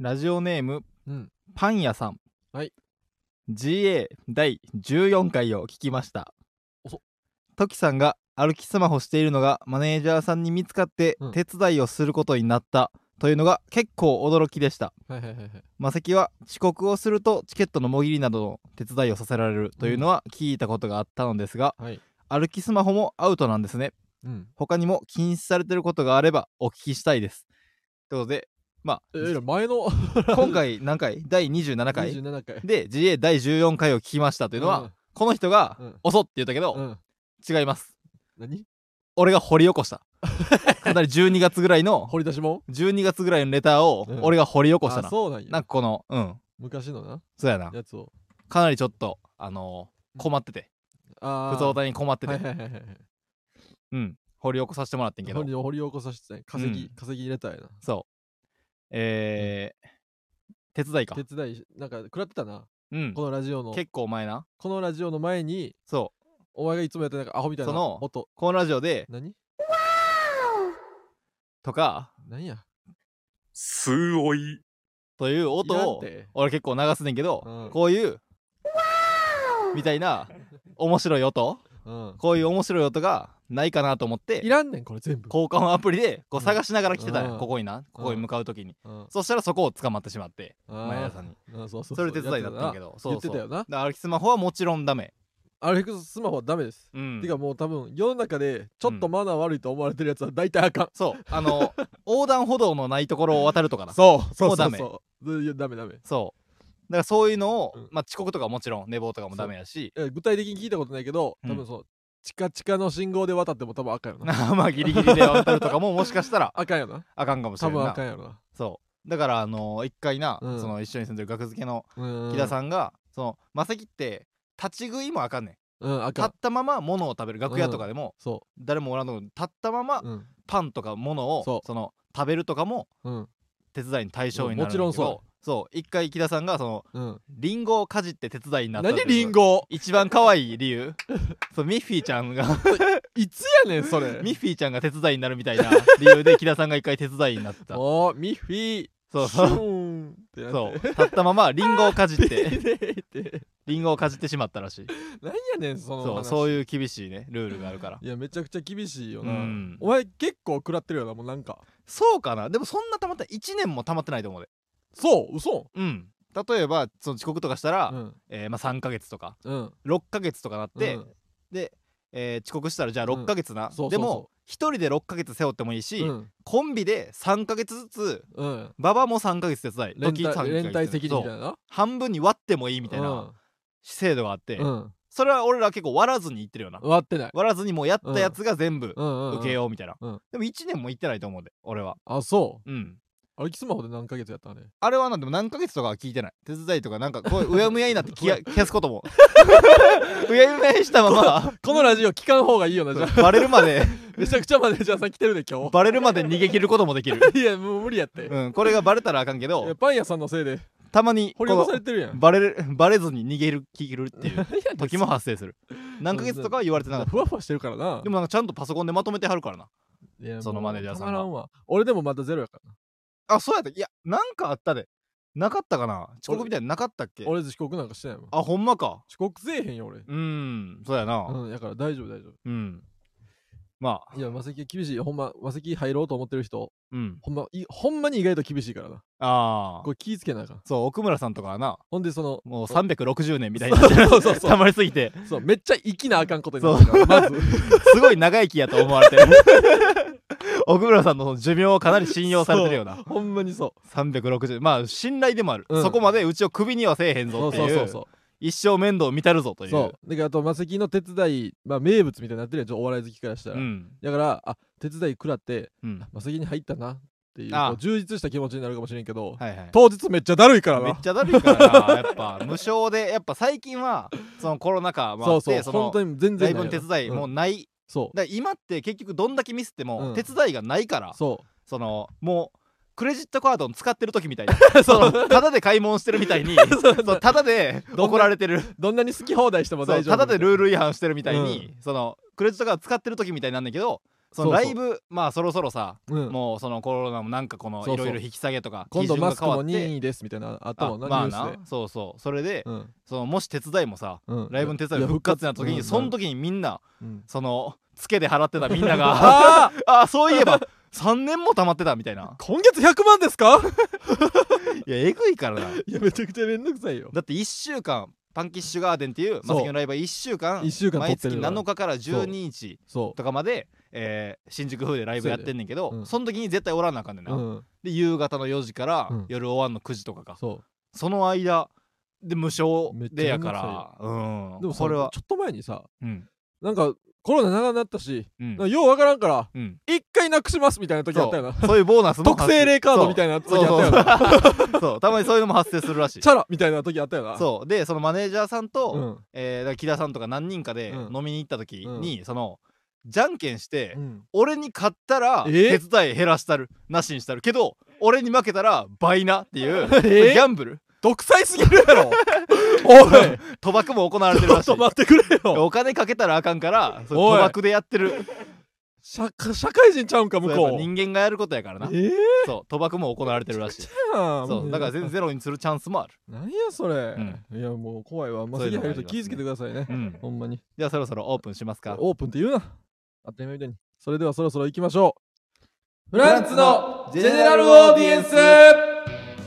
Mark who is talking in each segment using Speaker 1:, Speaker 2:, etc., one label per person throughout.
Speaker 1: ラジオネーム
Speaker 2: うん。
Speaker 1: パン屋さん
Speaker 2: はい
Speaker 1: GA 第14回を聞きました
Speaker 2: お
Speaker 1: トキさんが歩きスマホしているのがマネージャーさんに見つかって
Speaker 2: うん
Speaker 1: 手伝いをすることになったというのが結構驚きでした
Speaker 2: はいはいはいはい。
Speaker 1: マセキは遅刻をするとチケットのもぎりなどの手伝いをさせられるというのは聞いたことがあったのですが、
Speaker 2: はい。
Speaker 1: 歩きスマホもアウトなんですね
Speaker 2: うん。
Speaker 1: 他にも禁止されてることがあればお聞きしたいですということでま
Speaker 2: え
Speaker 1: あ、
Speaker 2: ー、前の
Speaker 1: 今回何回第27回
Speaker 2: 27回。
Speaker 1: で GA 第14回を聞きましたというのは、この人が
Speaker 2: うん
Speaker 1: 「遅っ」って言ったけど、
Speaker 2: うん、うん。
Speaker 1: 違います
Speaker 2: 何
Speaker 1: 俺が掘り起こした かなり12月ぐらいの
Speaker 2: 掘り出しも
Speaker 1: 12月ぐらいのレターを
Speaker 2: うん
Speaker 1: 俺が掘り起こした
Speaker 2: あ、
Speaker 1: な、
Speaker 2: そうなん
Speaker 1: な
Speaker 2: や
Speaker 1: ん。かこのうん
Speaker 2: 昔のな、
Speaker 1: そうやな
Speaker 2: やつを。
Speaker 1: かなりちょっとあのー困ってて
Speaker 2: ああ。
Speaker 1: 不相談に困ってて、
Speaker 2: はいはいはいはいはい。
Speaker 1: うん掘り起こさせてもらってんけど
Speaker 2: 掘り掘り起こさせてたんや化石、
Speaker 1: うん
Speaker 2: 化石入れたんやな。
Speaker 1: そうえー手伝いか
Speaker 2: 手伝いし、なんか食らってたな。
Speaker 1: うん
Speaker 2: このラジオの、
Speaker 1: 結構前な
Speaker 2: このラジオの前に、
Speaker 1: そう
Speaker 2: お前がいつもやってるなんかアホみたいな
Speaker 1: その
Speaker 2: 音。
Speaker 1: このラジオで
Speaker 2: 何
Speaker 1: とか
Speaker 2: 何や
Speaker 3: すおい。
Speaker 1: という音を
Speaker 2: いらんて
Speaker 1: 俺結構流すねんけど、
Speaker 2: うん
Speaker 1: こういうみたいな面白い音
Speaker 2: うん。
Speaker 1: こういう面白い音がないかなと思っ
Speaker 2: い
Speaker 1: て
Speaker 2: らんねん、これ全部。
Speaker 1: 交換アプリでこう探しながら来てたんや
Speaker 2: うん
Speaker 1: ここになここに向かう時に
Speaker 2: うん。
Speaker 1: そしたらそこを捕まってしまって前田さんに
Speaker 2: に。うん、そうそうう
Speaker 1: それ手伝いだったんやけ
Speaker 2: や
Speaker 1: ど
Speaker 2: つだ
Speaker 1: そ
Speaker 2: な言
Speaker 1: う
Speaker 2: って
Speaker 1: そう
Speaker 2: たよな。
Speaker 1: だから歩きスマホはもちろんダメ
Speaker 2: アレックススマホはダメです。
Speaker 1: うん
Speaker 2: てかもう多分世の中でちょっとマナー悪いと思われてるやつは大体あかん。
Speaker 1: そうあ の横断歩道のないところを渡るとかな
Speaker 2: そ う
Speaker 1: そう
Speaker 2: もうダ
Speaker 1: そう
Speaker 2: メ。そういやダメダメ。
Speaker 1: そうだからそういうのを
Speaker 2: うん
Speaker 1: まあ遅刻とかもちろん寝坊とかもダメやし
Speaker 2: え具体的に聞いたことないけど、
Speaker 1: うん
Speaker 2: 多分そう、チカチカの信号で渡っても多分あかんよな。
Speaker 1: まあギリギリで渡るとかももしかしたら
Speaker 2: あかんよな。
Speaker 1: あかんかもし
Speaker 2: 多
Speaker 1: れん
Speaker 2: 分
Speaker 1: な
Speaker 2: あかんやろな。
Speaker 1: そうだからあのー一回な、
Speaker 2: うん
Speaker 1: その一緒に住んでる学付けの
Speaker 2: うん
Speaker 1: 木田さんが、そのマセキって立ち食いもあかんねん
Speaker 2: うん、あ
Speaker 1: 立
Speaker 2: か
Speaker 1: っ
Speaker 2: ん。
Speaker 1: たまま物を食べる楽屋とかでも、
Speaker 2: そ
Speaker 1: 誰もおらんのに立ったまま
Speaker 2: う。うん。
Speaker 1: パンとか物を、
Speaker 2: そう
Speaker 1: その食べるとかも
Speaker 2: うん。
Speaker 1: 手伝いに対象になるだけど
Speaker 2: もちろんそう
Speaker 1: そう一回木田さんがその
Speaker 2: うん。
Speaker 1: リンゴをかじって手伝いになったってい
Speaker 2: 何
Speaker 1: う
Speaker 2: リンゴ
Speaker 1: 一番可愛い理由 そうミッフィーちゃんが
Speaker 2: いつやねん、それ。
Speaker 1: ミッフィーちゃんが手伝いになるみたいな理由で木田さんが一回手伝いになった
Speaker 2: おー、ミッフィー。
Speaker 1: そう そう
Speaker 2: う。ってな
Speaker 1: そう
Speaker 2: って。
Speaker 1: 立ったままリンゴをかじって
Speaker 2: って。
Speaker 1: リンゴをかじってしまったらしい
Speaker 2: 何やねん、その
Speaker 1: そう
Speaker 2: 話。
Speaker 1: そう
Speaker 2: う。
Speaker 1: いう厳しいねルールがあるから
Speaker 2: いや、めちゃくちゃ厳しいよ
Speaker 1: う
Speaker 2: な。
Speaker 1: ん
Speaker 2: お前、結構食らってるよな、もうなんか。
Speaker 1: そうかなでもそんなたまった1年もたまってないと思うで
Speaker 2: そう、嘘
Speaker 1: うん例えばその遅刻とかしたら、
Speaker 2: うん。
Speaker 1: えーまあ、3ヶ月とか
Speaker 2: うん。
Speaker 1: 6ヶ月とかなって、
Speaker 2: うん
Speaker 1: で、えー遅刻したらじゃあ
Speaker 2: うん
Speaker 1: 6ヶ月な、
Speaker 2: そうそうそう
Speaker 1: でも1人で6ヶ月背負ってもいいし、
Speaker 2: うん。
Speaker 1: コンビで3ヶ月ずつ
Speaker 2: うん。
Speaker 1: 馬場も3ヶ月手伝い
Speaker 2: 連
Speaker 1: 時々3ヶ
Speaker 2: 帯
Speaker 1: 月
Speaker 2: 連帯責任みた
Speaker 1: そう
Speaker 2: いな。
Speaker 1: 半分に割ってもいいみたいな
Speaker 2: う
Speaker 1: 制度があって、
Speaker 2: ん。うん。
Speaker 1: それは俺ら結構割らずに言ってるよな、
Speaker 2: 割ってない。
Speaker 1: 割らずにもうやったやつが全部
Speaker 2: うんうん。
Speaker 1: 受け
Speaker 2: う
Speaker 1: ようみたいな、
Speaker 2: うん
Speaker 1: でも1年も行ってないと思うで俺は
Speaker 2: ん。あ、そう。
Speaker 1: うん
Speaker 2: 歩きスマホで何ヶ月やったね。
Speaker 1: あれはなんでも何ヶ月とかは聞いてない手伝いとかなんかこ ううやむやになって消や消すこともうやむやにしたまま
Speaker 2: このラジオ聞かん方がいいよな、じゃあ。
Speaker 1: バレるまで
Speaker 2: めちゃくちゃマネージャーさん来てるね、今
Speaker 1: バレるまで逃げ切ることもで きる、
Speaker 2: 日。いや、もう無理やって。
Speaker 1: うん、これがバレたらあかんけ
Speaker 2: いや
Speaker 1: ど
Speaker 2: パン屋さんのせいで
Speaker 1: たまにこ
Speaker 2: 掘り起こ
Speaker 1: の
Speaker 2: されてるやん。
Speaker 1: バレるバレずに逃げる切るって いう
Speaker 2: 何やねん
Speaker 1: 時も発生する何ヶ月とかは言われてなかった
Speaker 2: ふわふわしてるからな
Speaker 1: で。もなんかちゃんとパソコンでまとめてはるからない
Speaker 2: や
Speaker 1: その
Speaker 2: もう
Speaker 1: マネージャーさんが
Speaker 2: たまらんわ。俺でもまだゼロやからな。
Speaker 1: あそうやったいやなんかあったでなかったかな遅刻みたいなのなかったっけ
Speaker 2: 俺遅刻なんかしてないもん。
Speaker 1: あほんまか
Speaker 2: 遅刻せえへんよ、俺。
Speaker 1: うんそうやな
Speaker 2: うん、だから大丈夫、大丈
Speaker 1: うん、まあ
Speaker 2: 夫。いや、マセキ厳しい。ほんま、マセキ入ろうと思ってる人、
Speaker 1: うん
Speaker 2: ほんま、いほんまに意外と厳しいからな。
Speaker 1: ああ
Speaker 2: これ気ぃつけなあかん。
Speaker 1: そう奥村さんとかはな
Speaker 2: ほんで、その、
Speaker 1: もう360年みたいになってる
Speaker 2: そうそうそう
Speaker 1: たまりすぎて
Speaker 2: そう、めっちゃ生きなあかんことになるから、まず。
Speaker 1: すごい長生きやと思われてる奥村さんのその寿命をかなり信用されてるような
Speaker 2: ほんまにそう。
Speaker 1: 360まあ信頼でもある、
Speaker 2: うん
Speaker 1: そこまでうちをクビにはせえへん
Speaker 2: そ
Speaker 1: ぞっ
Speaker 2: う
Speaker 1: てい
Speaker 2: そううそうそう。
Speaker 1: 一生面倒見たるぞという
Speaker 2: そう。だからあと、マセキの手伝い、まあ、名物みたいになってるやん、ちょっとお笑い好きからしたら。
Speaker 1: ん
Speaker 2: だから、あ手伝い食らって、
Speaker 1: うん
Speaker 2: マセキに入ったなっていう、
Speaker 1: ああ
Speaker 2: こう充実した気持ちになるかもしれんけど、
Speaker 1: はいはい
Speaker 2: 当日めっちゃだるいから
Speaker 1: めっ
Speaker 2: な。
Speaker 1: ちゃだるいからなやっぱ無償でやっぱ最近はそのコロナ禍もあ
Speaker 2: そ
Speaker 1: っ
Speaker 2: う
Speaker 1: て
Speaker 2: そ、
Speaker 1: そう
Speaker 2: 本当
Speaker 1: の
Speaker 2: に全
Speaker 1: だい
Speaker 2: 然
Speaker 1: ぶ
Speaker 2: ない
Speaker 1: の手伝いもう
Speaker 2: うん
Speaker 1: ない、
Speaker 2: そう。
Speaker 1: だから今って結局どんだけミスっても
Speaker 2: うん
Speaker 1: 手伝いがないから、
Speaker 2: そ
Speaker 1: そのもうクレジットカードを使ってる時みたいなそ
Speaker 2: う。そ
Speaker 1: の
Speaker 2: う。
Speaker 1: タダで買い物してるみたい にそうタダで
Speaker 2: どんな
Speaker 1: 怒られてる
Speaker 2: どんなに 好き放題しても
Speaker 1: そ
Speaker 2: 大
Speaker 1: う
Speaker 2: 丈夫。
Speaker 1: タダでルー
Speaker 2: ル。
Speaker 1: ル違反してるみたいに、そのクレジットカード使ってる時みたいになんだけどその
Speaker 2: そう
Speaker 1: ラ
Speaker 2: そう
Speaker 1: イブまあそろそろさ
Speaker 2: うん、
Speaker 1: もうそのコロナもなんかこの
Speaker 2: そう
Speaker 1: い
Speaker 2: そう
Speaker 1: ろいろ引き下げとか
Speaker 2: 今
Speaker 1: 基
Speaker 2: 度
Speaker 1: 準
Speaker 2: マ
Speaker 1: が
Speaker 2: スク
Speaker 1: 変わ
Speaker 2: も
Speaker 1: って
Speaker 2: 任意ですみたいなあったもんな、
Speaker 1: まあ
Speaker 2: ニュー
Speaker 1: なそうそうそれで、
Speaker 2: スで、うん
Speaker 1: そのもし手伝いもさ
Speaker 2: うん、
Speaker 1: ライブの手伝い
Speaker 2: や
Speaker 1: が復活ってなった時に、
Speaker 2: うん
Speaker 1: その時にみんな
Speaker 2: うん
Speaker 1: そのツケで払ってたみんな が
Speaker 2: あー
Speaker 1: ああそういえば3年も溜まってたみたいな
Speaker 2: 今月100万ですか
Speaker 1: いやえぐいから ない
Speaker 2: やめちゃくちゃめんどくさいよ
Speaker 1: だって1週間パンキッシュガーデンっていう
Speaker 2: そう
Speaker 1: マスキのライブは1週間
Speaker 2: 一週間撮
Speaker 1: 毎
Speaker 2: って
Speaker 1: 月
Speaker 2: るから
Speaker 1: 7日から12日
Speaker 2: そ
Speaker 1: とかまで、えー新宿風でライブやってんねんけど
Speaker 2: そ
Speaker 1: そ,、
Speaker 2: うやでうん
Speaker 1: の時に絶対おらなあかんねん
Speaker 2: う
Speaker 1: な、
Speaker 2: うん
Speaker 1: で夕方の4時から
Speaker 2: うん
Speaker 1: 夜終わんの9時とかか、
Speaker 2: そ
Speaker 1: その間で無償でやからうん
Speaker 2: うでもさ
Speaker 1: これは
Speaker 2: ちょっと前にさ
Speaker 1: うん
Speaker 2: なんかコロナ長くなったし、
Speaker 1: うん
Speaker 2: なんかようわからんから
Speaker 1: うん
Speaker 2: 一回なくしますみたいな時あったよな
Speaker 1: そうそういうボーナスも
Speaker 2: 特
Speaker 1: 発生
Speaker 2: 製霊カードみたいな時
Speaker 1: そう
Speaker 2: あった
Speaker 1: そ
Speaker 2: よな
Speaker 1: う そうそうたまにそういうのも発生するらしい
Speaker 2: チャラみたいな時あったよな
Speaker 1: そうでそのマネージャーさんと、
Speaker 2: うん、
Speaker 1: えーだから木田さんとか何人かで
Speaker 2: うん
Speaker 1: 飲みに行った時に、そのじゃんけんして、
Speaker 2: うん、
Speaker 1: 俺に勝ったら手
Speaker 2: え
Speaker 1: 伝い減らしたるなしにしたるけど俺に負けたら倍なっていう、
Speaker 2: え
Speaker 1: ギャンブル
Speaker 2: 独裁すぎるや ろおい
Speaker 1: 賭博も行われて
Speaker 2: ち
Speaker 1: る
Speaker 2: ょ
Speaker 1: ら
Speaker 2: っ
Speaker 1: しい
Speaker 2: と待ってくれよ
Speaker 1: お金かけたらあかんからそう
Speaker 2: おい
Speaker 1: 賭博でやってる
Speaker 2: 社社会人ちゃうんか向
Speaker 1: そうやっ
Speaker 2: こ
Speaker 1: ぱ
Speaker 2: う
Speaker 1: 人間がやることやからな
Speaker 2: ええ
Speaker 1: そう賭博も行われてるらしい
Speaker 2: やん
Speaker 1: そうだから全然ゼロにするチャンスもある
Speaker 2: 何やそれ、
Speaker 1: う
Speaker 2: いやもう怖いわまあ
Speaker 1: そういう
Speaker 2: 次
Speaker 1: のがあり
Speaker 2: 入る
Speaker 1: ますね
Speaker 2: と気ぃつけてくださいね、
Speaker 1: うん
Speaker 2: ほんまに
Speaker 1: じゃあそろそろオープンしますか
Speaker 2: オープンって言うな当たり前みたいにそれではそろそろ行きましょうフランツのジェネラルオーディエンス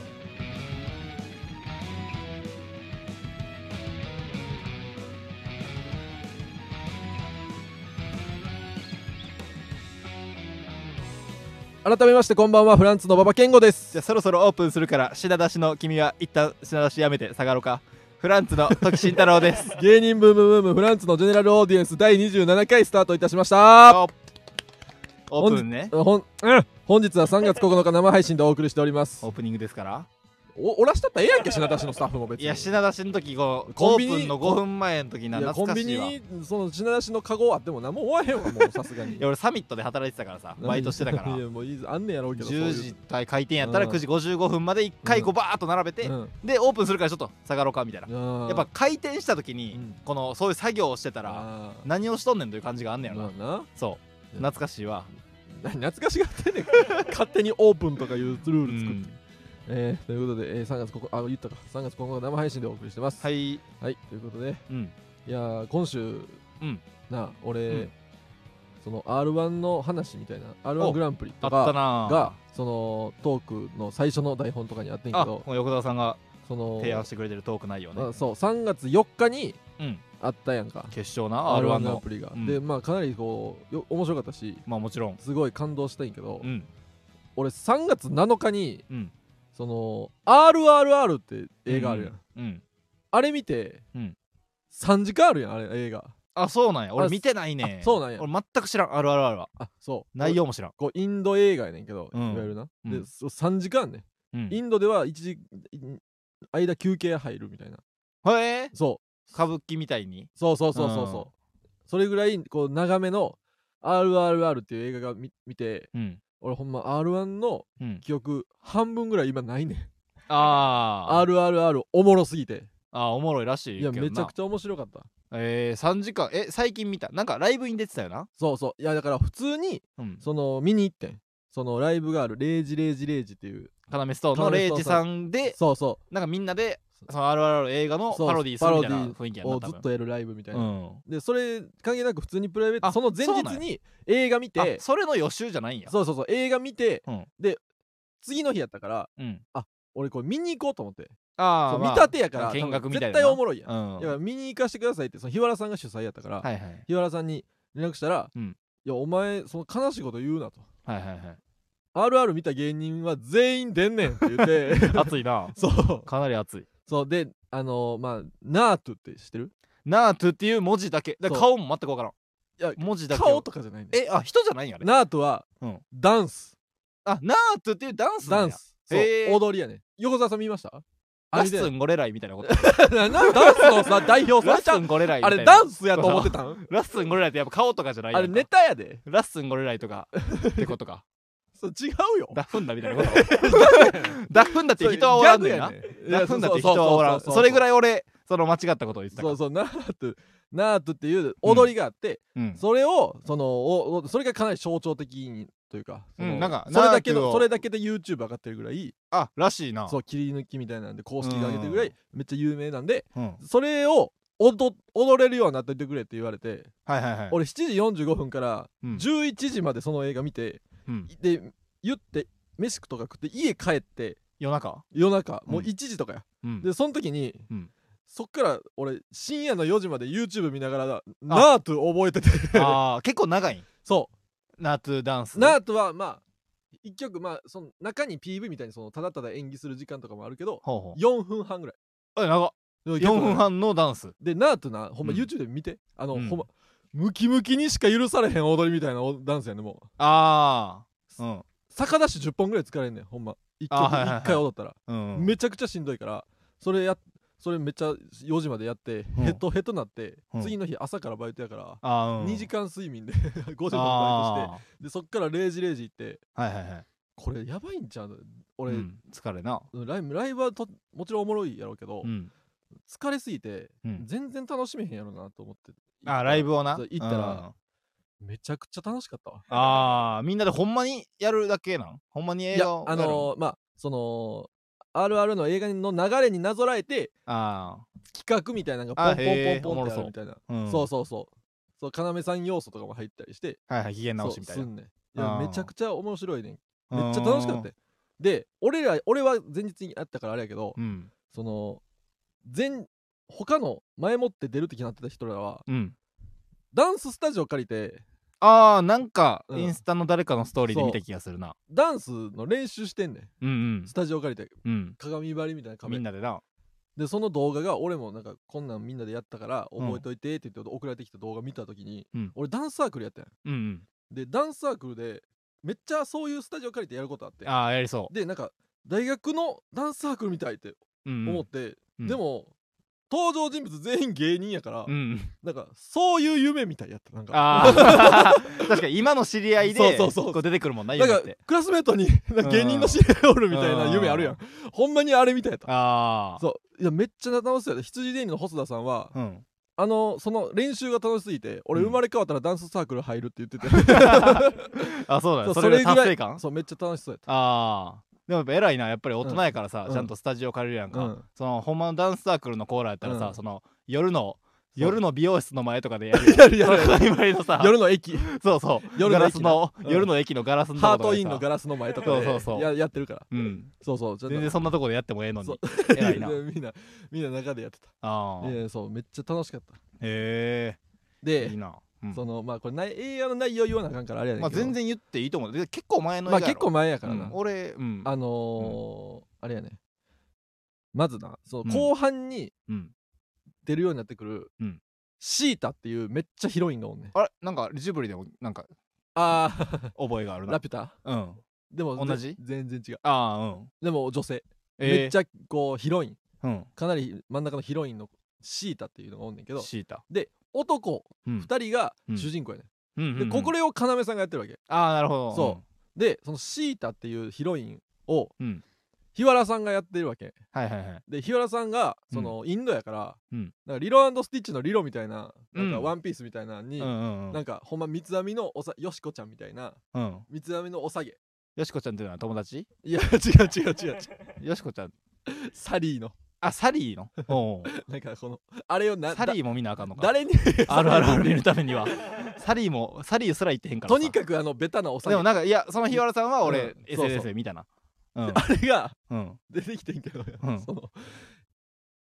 Speaker 2: 改めましてこんばんはフランツの馬場健吾で
Speaker 1: じ
Speaker 2: す
Speaker 1: ゃあそろそろオープンするから品出しの君は一旦品出しやめて下がろうかフランツの時慎太郎です
Speaker 2: 芸人ブームブームフランツのジェネラルオーディエンス第27回スタートいたしました
Speaker 1: オープンね
Speaker 2: ほん、うん本日は3月9日生配信でお送りしております
Speaker 1: オープニングですから
Speaker 2: おおらしたったらええやんけ品出しのスタッフも別
Speaker 1: い
Speaker 2: に
Speaker 1: や品出しの時こう
Speaker 2: コ
Speaker 1: オ
Speaker 2: ンビ
Speaker 1: ー
Speaker 2: ニ
Speaker 1: プンの5分前の時ない
Speaker 2: や
Speaker 1: 懐
Speaker 2: コ
Speaker 1: か
Speaker 2: ンビ
Speaker 1: しいわ
Speaker 2: ニにその品出しのカゴあっても何も終わへんわもうさすがに
Speaker 1: いや俺サミットで働いてたからさバイトしてたから
Speaker 2: いやもういいぞあんねやろうけどそうい
Speaker 1: 10
Speaker 2: う
Speaker 1: 時対開店やったら
Speaker 2: うん
Speaker 1: 9時55分まで1回こう
Speaker 2: うん
Speaker 1: バーっと並べて、
Speaker 2: うん
Speaker 1: でオープンするからちょっと下がろうかみたいな、
Speaker 2: や
Speaker 1: やっぱ開店した時に、
Speaker 2: うん
Speaker 1: このそういう作業をしてたら
Speaker 2: あー
Speaker 1: 何をしとんねんという感じがあんねやろな、
Speaker 2: まあな
Speaker 1: そう
Speaker 2: うん
Speaker 1: 懐かしいわ、
Speaker 2: な懐かしがってんねん 勝手にオープンとかいうルール作って、えーということで、えー3月ここあ言ったか3月9日生配信でお送りしてます、
Speaker 1: はいい
Speaker 2: はい、ということで
Speaker 1: うん
Speaker 2: いやー今週、
Speaker 1: うん
Speaker 2: なあ俺、
Speaker 1: うん
Speaker 2: その R1 の話みたいな R1
Speaker 1: お
Speaker 2: グランプリと
Speaker 1: あった
Speaker 2: か
Speaker 1: な
Speaker 2: がそのトークの最初の台本とかにあってんけ
Speaker 1: あ
Speaker 2: ど
Speaker 1: この横澤さんが
Speaker 2: その
Speaker 1: 提案してくれてるトーク内容ね、
Speaker 2: あそう3月4日に
Speaker 1: うん
Speaker 2: あったやんか
Speaker 1: 決勝な R1
Speaker 2: R1 グラン
Speaker 1: の
Speaker 2: プリが、
Speaker 1: うん
Speaker 2: でまあかなりこうよ面白かったし
Speaker 1: まあもちろん
Speaker 2: すごい感動したんやけど、
Speaker 1: うん
Speaker 2: 俺3月7日に
Speaker 1: うん
Speaker 2: その RRR って映画あるやん、
Speaker 1: うん、うん
Speaker 2: あれ見て、
Speaker 1: うん
Speaker 2: 3時間あるやんあれ映画
Speaker 1: あそうなんや俺
Speaker 2: あ
Speaker 1: 見てないね
Speaker 2: あそうなんや
Speaker 1: 俺全く知らんあるあるあるわ
Speaker 2: あそう
Speaker 1: 内容も知らん、
Speaker 2: こうインド映画やねんけど、
Speaker 1: うん
Speaker 2: いわゆるな、
Speaker 1: うん
Speaker 2: でそう3時間ね、
Speaker 1: うん、
Speaker 2: インドでは1時ん間休憩入るみたいな
Speaker 1: へえ
Speaker 2: そ
Speaker 1: 歌舞伎みたいに
Speaker 2: うそうそうそうそうそう、
Speaker 1: うん
Speaker 2: それぐらいこう長めの RRR っていう映画が見見て
Speaker 1: うん
Speaker 2: 俺ほんま R1 の
Speaker 1: うん
Speaker 2: 記憶半分ぐらい今ないねん
Speaker 1: あー
Speaker 2: RRR おもろすぎて
Speaker 1: あーおもろいらしい
Speaker 2: い
Speaker 1: けどな
Speaker 2: やめちゃくちゃ面白かった
Speaker 1: えー、3時間え最近見たなんかライブに出てたよな
Speaker 2: そうそういやだから普通に
Speaker 1: うん
Speaker 2: その見に行ってんそのライブがある「0時0時0時」っていう
Speaker 1: 要ストーンの
Speaker 2: 要
Speaker 1: レイ
Speaker 2: ストーン
Speaker 1: ジ
Speaker 2: さ
Speaker 1: さんで
Speaker 2: そうそ
Speaker 1: なんかみんなでその RRR 映画の
Speaker 2: そう
Speaker 1: パロディーするみたいな
Speaker 2: パロディ
Speaker 1: 雰囲気や
Speaker 2: う
Speaker 1: な
Speaker 2: を
Speaker 1: 多
Speaker 2: ず
Speaker 1: 分
Speaker 2: っとやるライブみたいな、
Speaker 1: うん
Speaker 2: でそれ関係なく普通にプライベート
Speaker 1: あ
Speaker 2: その前
Speaker 1: そうなんや
Speaker 2: 日に映画見
Speaker 1: あ
Speaker 2: て
Speaker 1: それの予習じゃないんや
Speaker 2: そうそうそう映画見て、
Speaker 1: うん
Speaker 2: で次の日やったから
Speaker 1: うん
Speaker 2: 俺これ見に行こうと思って
Speaker 1: ああ、
Speaker 2: そう
Speaker 1: まあ、
Speaker 2: 見立てやから
Speaker 1: 見学みたいな
Speaker 2: 絶対おもろいやん、
Speaker 1: うん
Speaker 2: だから見に行かせてくださいってその日原さんが主催やったから、
Speaker 1: はいはい
Speaker 2: 日原さんに連絡したら「
Speaker 1: うん
Speaker 2: いやお前その悲しいこと言うな」と
Speaker 1: はいはいはい
Speaker 2: 「RR 見た芸人は全員出んねん」って言って
Speaker 1: 熱いな
Speaker 2: そう
Speaker 1: かなり熱い
Speaker 2: そうであのまあナートゥって知ってる
Speaker 1: ナートゥっていう文字だけだから
Speaker 2: そ
Speaker 1: 顔も全く分からん
Speaker 2: いや
Speaker 1: 文字だけを
Speaker 2: 顔とかじゃないね
Speaker 1: えあ人じゃないんやね
Speaker 2: ナートゥは、
Speaker 1: うん
Speaker 2: ダンス
Speaker 1: あナートゥっていうダンスなんや
Speaker 2: ダンスそう、
Speaker 1: へー
Speaker 2: 踊りやね横澤さん見ました
Speaker 1: ラッス
Speaker 2: 見
Speaker 1: ンゴレライみたいなこと
Speaker 2: てないなダンスのさ代表
Speaker 1: ラ
Speaker 2: さ
Speaker 1: ッ
Speaker 2: んちゃ
Speaker 1: ス
Speaker 2: ん
Speaker 1: ンゴレライみ
Speaker 2: あ
Speaker 1: たいな
Speaker 2: れダンスやと思ってたん
Speaker 1: ラッスンゴレライってやっぱ顔とかじゃないや
Speaker 2: あ
Speaker 1: んか
Speaker 2: れネタやで
Speaker 1: ラッスンゴレライとかってこと か
Speaker 2: そう違うよ
Speaker 1: ダフンだみたいなこと ダフンだって人はおらんねんな
Speaker 2: そうギャグやね
Speaker 1: ダフンだって人はおらんそれぐ
Speaker 2: い
Speaker 1: らい俺その間違ったことを言ってたか
Speaker 2: そうそうそうそうそうナートゥナートっていう踊りがあって、
Speaker 1: うん
Speaker 2: それをそのおおそれがかなり象徴的にというか,、
Speaker 1: うんなんか
Speaker 2: それだけ
Speaker 1: ナート
Speaker 2: の
Speaker 1: を
Speaker 2: それだけで YouTube 上がってるぐらい
Speaker 1: あらしいな
Speaker 2: そう切り抜きみたいなんで公式で上げてるぐらいめっちゃ有名なんで
Speaker 1: うん
Speaker 2: それを踊踊れるようになっておいてくれって言われて
Speaker 1: はいはいはい
Speaker 2: 俺7時45分から
Speaker 1: うん
Speaker 2: 11時までその映画見て
Speaker 1: うん
Speaker 2: で言って飯とか食って家帰って
Speaker 1: 夜中
Speaker 2: 夜中もう
Speaker 1: うん
Speaker 2: 1時とかや、
Speaker 1: うん
Speaker 2: でその時に、
Speaker 1: うん
Speaker 2: そっから俺深夜の4時まで YouTube 見ながらナート覚えてて
Speaker 1: あー結構長いん
Speaker 2: そ
Speaker 1: ナートゥダンス
Speaker 2: うナートはまあ一曲まあその中に PV みたいにそのただただ演技する時間とかもあるけど
Speaker 1: ほうほ
Speaker 2: 4分半ぐらいう
Speaker 1: え長っ
Speaker 2: 4
Speaker 1: 4分半のダンス
Speaker 2: でナートなほんま
Speaker 1: うん
Speaker 2: YouTube で見て、あの、
Speaker 1: うん
Speaker 2: ほんまムキムキにしか許されへん踊りみたいなおダンスやねもう
Speaker 1: ああうん
Speaker 2: 逆ダッシュ10本ぐらい疲れんねんほんま一曲
Speaker 1: あはいはいはい
Speaker 2: 一回踊ったら、
Speaker 1: うんうん
Speaker 2: めちゃくちゃしんどいからそれやそれめっちゃ4時までやって、
Speaker 1: うん
Speaker 2: ヘトヘトなって、
Speaker 1: うん
Speaker 2: 次の日朝からバイトやから、
Speaker 1: あーうん
Speaker 2: 2時間睡眠で 5時までバイトし
Speaker 1: あ
Speaker 2: てでそっから0時0時行って
Speaker 1: ーはいはいはい
Speaker 2: これやばいんちゃう俺、
Speaker 1: うん疲れな
Speaker 2: ライブライブはともちろんおもろいやろうけど、
Speaker 1: うん
Speaker 2: 疲れすぎて、
Speaker 1: うん
Speaker 2: 全然楽しめへんやろなと思って
Speaker 1: あーライブをな
Speaker 2: そう行ったら
Speaker 1: うん
Speaker 2: めちゃくちゃ楽しかったわ
Speaker 1: ああみんなでほんまにやるだけなんほんまに映
Speaker 2: いや
Speaker 1: 画を
Speaker 2: あのーまあそのあるあるの映画の流れになぞらえて
Speaker 1: あ
Speaker 2: 企画みたいなの
Speaker 1: あ
Speaker 2: がポンポ
Speaker 1: へ
Speaker 2: ン
Speaker 1: ー
Speaker 2: ポンポンっ
Speaker 1: おもろ
Speaker 2: てあ
Speaker 1: そう
Speaker 2: るみたいな
Speaker 1: あん
Speaker 2: そうそうそうそう要さん要素とかも入ったりして
Speaker 1: はいはい機嫌直しみたい
Speaker 2: そう
Speaker 1: な
Speaker 2: すんねんいや
Speaker 1: あー
Speaker 2: めちゃくちゃ面白いねん
Speaker 1: うん
Speaker 2: めっちゃ楽しかったよで俺ら俺は前日に会ったからあれやけど
Speaker 1: うん
Speaker 2: その前他の前もって出るって決まってた人らは
Speaker 1: うん
Speaker 2: ダンススタジオ借りて
Speaker 1: ああなんか
Speaker 2: うん
Speaker 1: インスタの誰かのストーリーで見た気がするな
Speaker 2: ダンスの練習してんねん
Speaker 1: うんうん
Speaker 2: スタジオ借りて
Speaker 1: うん
Speaker 2: 鏡張りみたいな壁
Speaker 1: みんなでな
Speaker 2: でその動画が俺もなんかこんなんみんなでやったから覚えといてって言って送られてきた動画見た時に、
Speaker 1: うん
Speaker 2: 俺ダンスサークルやったやん
Speaker 1: うん
Speaker 2: でダンスサークルでめっちゃそういうスタジオ借りてやることあって
Speaker 1: うんああやりそ
Speaker 2: でなんか大学のダンスサークルみたいって
Speaker 1: ううんうん
Speaker 2: 思って、
Speaker 1: うん
Speaker 2: でも登場人物全員芸人やから、
Speaker 1: うん
Speaker 2: なんかそういう夢みたいやったなんか
Speaker 1: あ ー確かに今の知り合いで
Speaker 2: そうそうそう
Speaker 1: こう出てくるもんな
Speaker 2: な
Speaker 1: 夢
Speaker 2: ん
Speaker 1: っ
Speaker 2: か
Speaker 1: て
Speaker 2: クラスメートになんか芸人の知り合いおるみたいな夢ある
Speaker 1: う
Speaker 2: や
Speaker 1: ん
Speaker 2: んほんまにあれみたいやった
Speaker 1: ああ
Speaker 2: そういやめっちゃ楽しそうやった羊芸人の細田さんは、
Speaker 1: うん
Speaker 2: あのその練習が楽しすぎて俺
Speaker 1: うん
Speaker 2: 生まれ変わったらダンスサークル入るって言っ てて
Speaker 1: あそうだ
Speaker 2: そ
Speaker 1: ねそ
Speaker 2: う
Speaker 1: れが達成
Speaker 2: そ
Speaker 1: 感
Speaker 2: そうめっちゃ楽しそうやった
Speaker 1: ああでもやっぱ偉いなやっぱり大人やからさ、
Speaker 2: うん
Speaker 1: ちゃんとスタジオ借りるやんか、
Speaker 2: うん
Speaker 1: そのほんまのダンスサークルのコーラやったらさ、
Speaker 2: うん
Speaker 1: その夜の
Speaker 2: う
Speaker 1: 夜の美容室の前とかでやる
Speaker 2: やるや
Speaker 1: や
Speaker 2: る
Speaker 1: るバリのさ
Speaker 2: 夜の駅
Speaker 1: そうそう
Speaker 2: 夜
Speaker 1: ガ
Speaker 2: の
Speaker 1: ラ
Speaker 2: 駅
Speaker 1: スの、
Speaker 2: うん
Speaker 1: 夜の駅のガラスのと
Speaker 2: ハ
Speaker 1: こと
Speaker 2: ー
Speaker 1: か
Speaker 2: ト
Speaker 1: で
Speaker 2: イ
Speaker 1: さ
Speaker 2: ンのガラスの前とか
Speaker 1: そ
Speaker 2: で
Speaker 1: うそうそう
Speaker 2: ややってるから
Speaker 1: うん
Speaker 2: そうそうちょっと
Speaker 1: 全然そんなとこでやってもええの
Speaker 2: そ
Speaker 1: に
Speaker 2: う
Speaker 1: 偉 いな
Speaker 2: みんなみんな中でやってた
Speaker 1: ああ
Speaker 2: い
Speaker 1: へ
Speaker 2: やそうめっちゃ楽しかった
Speaker 1: え
Speaker 2: で
Speaker 1: いいな、うん
Speaker 2: そのまあこれ内映画の内容言わなあかんからあれやねん
Speaker 1: まあ、
Speaker 2: けど
Speaker 1: 全然言っていいと思うで結構前の映
Speaker 2: ま
Speaker 1: 画
Speaker 2: あ
Speaker 1: や
Speaker 2: 結
Speaker 1: ろ
Speaker 2: 構前やからな、
Speaker 1: うん俺うん
Speaker 2: あのー、あれやねまずなそ
Speaker 1: うん
Speaker 2: の後半に
Speaker 1: うん
Speaker 2: 出るようになってくる、
Speaker 1: うん
Speaker 2: シータっていうめっちゃヒロインがおんねん
Speaker 1: あれなんかジブリでもなんか
Speaker 2: ああ
Speaker 1: 覚えがあるな
Speaker 2: ラピュタ
Speaker 1: うん
Speaker 2: でもぜ
Speaker 1: 同じ
Speaker 2: 全然違う
Speaker 1: ああうん
Speaker 2: でも女性、めっ
Speaker 1: ゃ
Speaker 2: ちゃこうヒロイン
Speaker 1: うん
Speaker 2: かなり真ん中のヒロインのシータっていうのがおんねんけど
Speaker 1: シータ
Speaker 2: で男
Speaker 1: うん
Speaker 2: 2人が
Speaker 1: うん
Speaker 2: 主人公やねん、
Speaker 1: うんうんうん
Speaker 2: でこれを要さんがやってるわけ
Speaker 1: ああなるほど
Speaker 2: そでそのシータっていうヒロインを、
Speaker 1: うん
Speaker 2: 日原さんがやってるわけ
Speaker 1: うんはいはいはい
Speaker 2: で日原さんがその、インドやから,、
Speaker 1: うん
Speaker 2: なんかリロスティッチのリロみたいななんか
Speaker 1: うん
Speaker 2: ワンピースみたいなのに、
Speaker 1: うんうんう
Speaker 2: なんんかほんま三つ編みのおさよしこちゃんみたいな
Speaker 1: うん
Speaker 2: 三つ編みのおさげ
Speaker 1: よしこちゃんっていうのは友 達
Speaker 2: いや違う違う違う違う
Speaker 1: よしこちゃん
Speaker 2: サリーの
Speaker 1: あサリー のおう
Speaker 2: なんかこのあれをな
Speaker 1: サリ
Speaker 2: ー
Speaker 1: ーも見なあかんのか
Speaker 2: 誰に
Speaker 1: あるあるある見るためにはサリーもサリーすら言ってへんから
Speaker 2: とに
Speaker 1: く
Speaker 2: かくあのベタなおさげ
Speaker 1: でもなんかいやその日原さんは
Speaker 2: うん
Speaker 1: 俺
Speaker 2: そうそう
Speaker 1: SNS で見たなうん
Speaker 2: あれが
Speaker 1: うん
Speaker 2: 出てきてんけど、
Speaker 1: うん
Speaker 2: その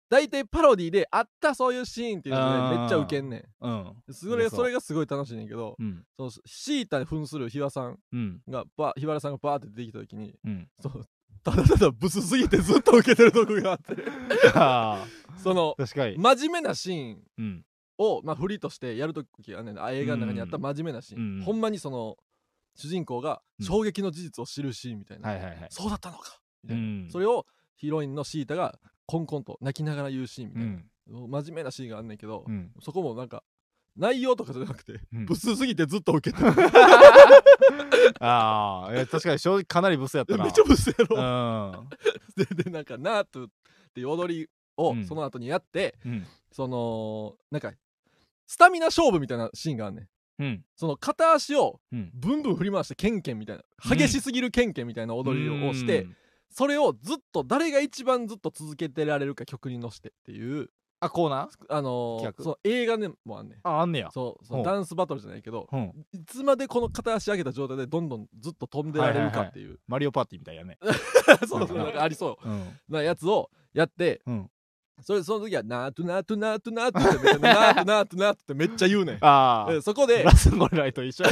Speaker 2: 大体パロディであったそういうシーンっていうのでめっちゃウケんねん
Speaker 1: うん
Speaker 2: それ
Speaker 1: 嘘
Speaker 2: それがすごい楽しいねんけど
Speaker 1: うん
Speaker 2: そのシータに扮する日和さん
Speaker 1: うん
Speaker 2: がバ日原さんがバーって出てきた時に
Speaker 1: うん
Speaker 2: そのただただブスすぎてずっとウケてるとこがあって
Speaker 1: あ
Speaker 2: その
Speaker 1: ー確かに
Speaker 2: 真面目なシーン
Speaker 1: うん
Speaker 2: を、まあ、振りとしてやるときがねんあ映画の中にあった真面目なシーン、
Speaker 1: うん
Speaker 2: ほんまにその主人公が
Speaker 1: うん
Speaker 2: 衝撃の事実を知るシーンみたいな、
Speaker 1: はいはいはい
Speaker 2: そうだったのかみ
Speaker 1: う
Speaker 2: たいな、
Speaker 1: ん
Speaker 2: それをヒロインのシータがコンコンと泣きながら言うシーンみ
Speaker 1: う
Speaker 2: たいな、
Speaker 1: ん
Speaker 2: 真面目なシーンがあんねんけど、
Speaker 1: うん
Speaker 2: そこもなんか内容とかじゃなくて、
Speaker 1: うん
Speaker 2: ブスすぎてずっとウ ケてる
Speaker 1: ああ確かに正直かなりブスやったな
Speaker 2: めっちゃブスやろ、
Speaker 1: うん
Speaker 2: ででなんか「ナートゥ」っていう踊りを
Speaker 1: うん
Speaker 2: その後にやって、
Speaker 1: うん
Speaker 2: そのなんかスタミナ勝負みたいなシーンがあんねん。
Speaker 1: うん
Speaker 2: その片足を
Speaker 1: うん
Speaker 2: ブンブン振り回してケンケンみたいな激しすぎるケンケンみたいな踊りをして、
Speaker 1: うん
Speaker 2: それをずっと誰が一番ずっと続けてられるか曲に乗せてっていう
Speaker 1: あコーナー
Speaker 2: あのー
Speaker 1: 企画
Speaker 2: そう映画ねもあんねん
Speaker 1: ああんねや
Speaker 2: そう
Speaker 1: ほ
Speaker 2: そううダンスバトルじゃないけど
Speaker 1: うん
Speaker 2: いつまでこの片足上げた状態でどんどんずっと飛んでられるかっていう、
Speaker 1: マリオパーティーみたいやね
Speaker 2: そうそうなんかありそ
Speaker 1: うん
Speaker 2: うなやつをやって
Speaker 1: うん
Speaker 2: それその時は「なーとなーとなーとなーと」ってめっちゃ「なーとなーとなーと」ってめっちゃ言うねん
Speaker 1: あ
Speaker 2: で
Speaker 1: あ
Speaker 2: そ こで
Speaker 1: ラスゴレライと一緒や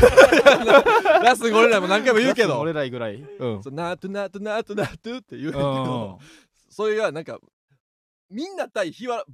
Speaker 2: ラスゴレラも何回も 言うけど
Speaker 1: 俺らぐらいうん
Speaker 2: 「そうなーとなーとなーとなーと」って言
Speaker 1: う
Speaker 2: うねんけ
Speaker 1: ん
Speaker 2: どそれがなんかみんな対日原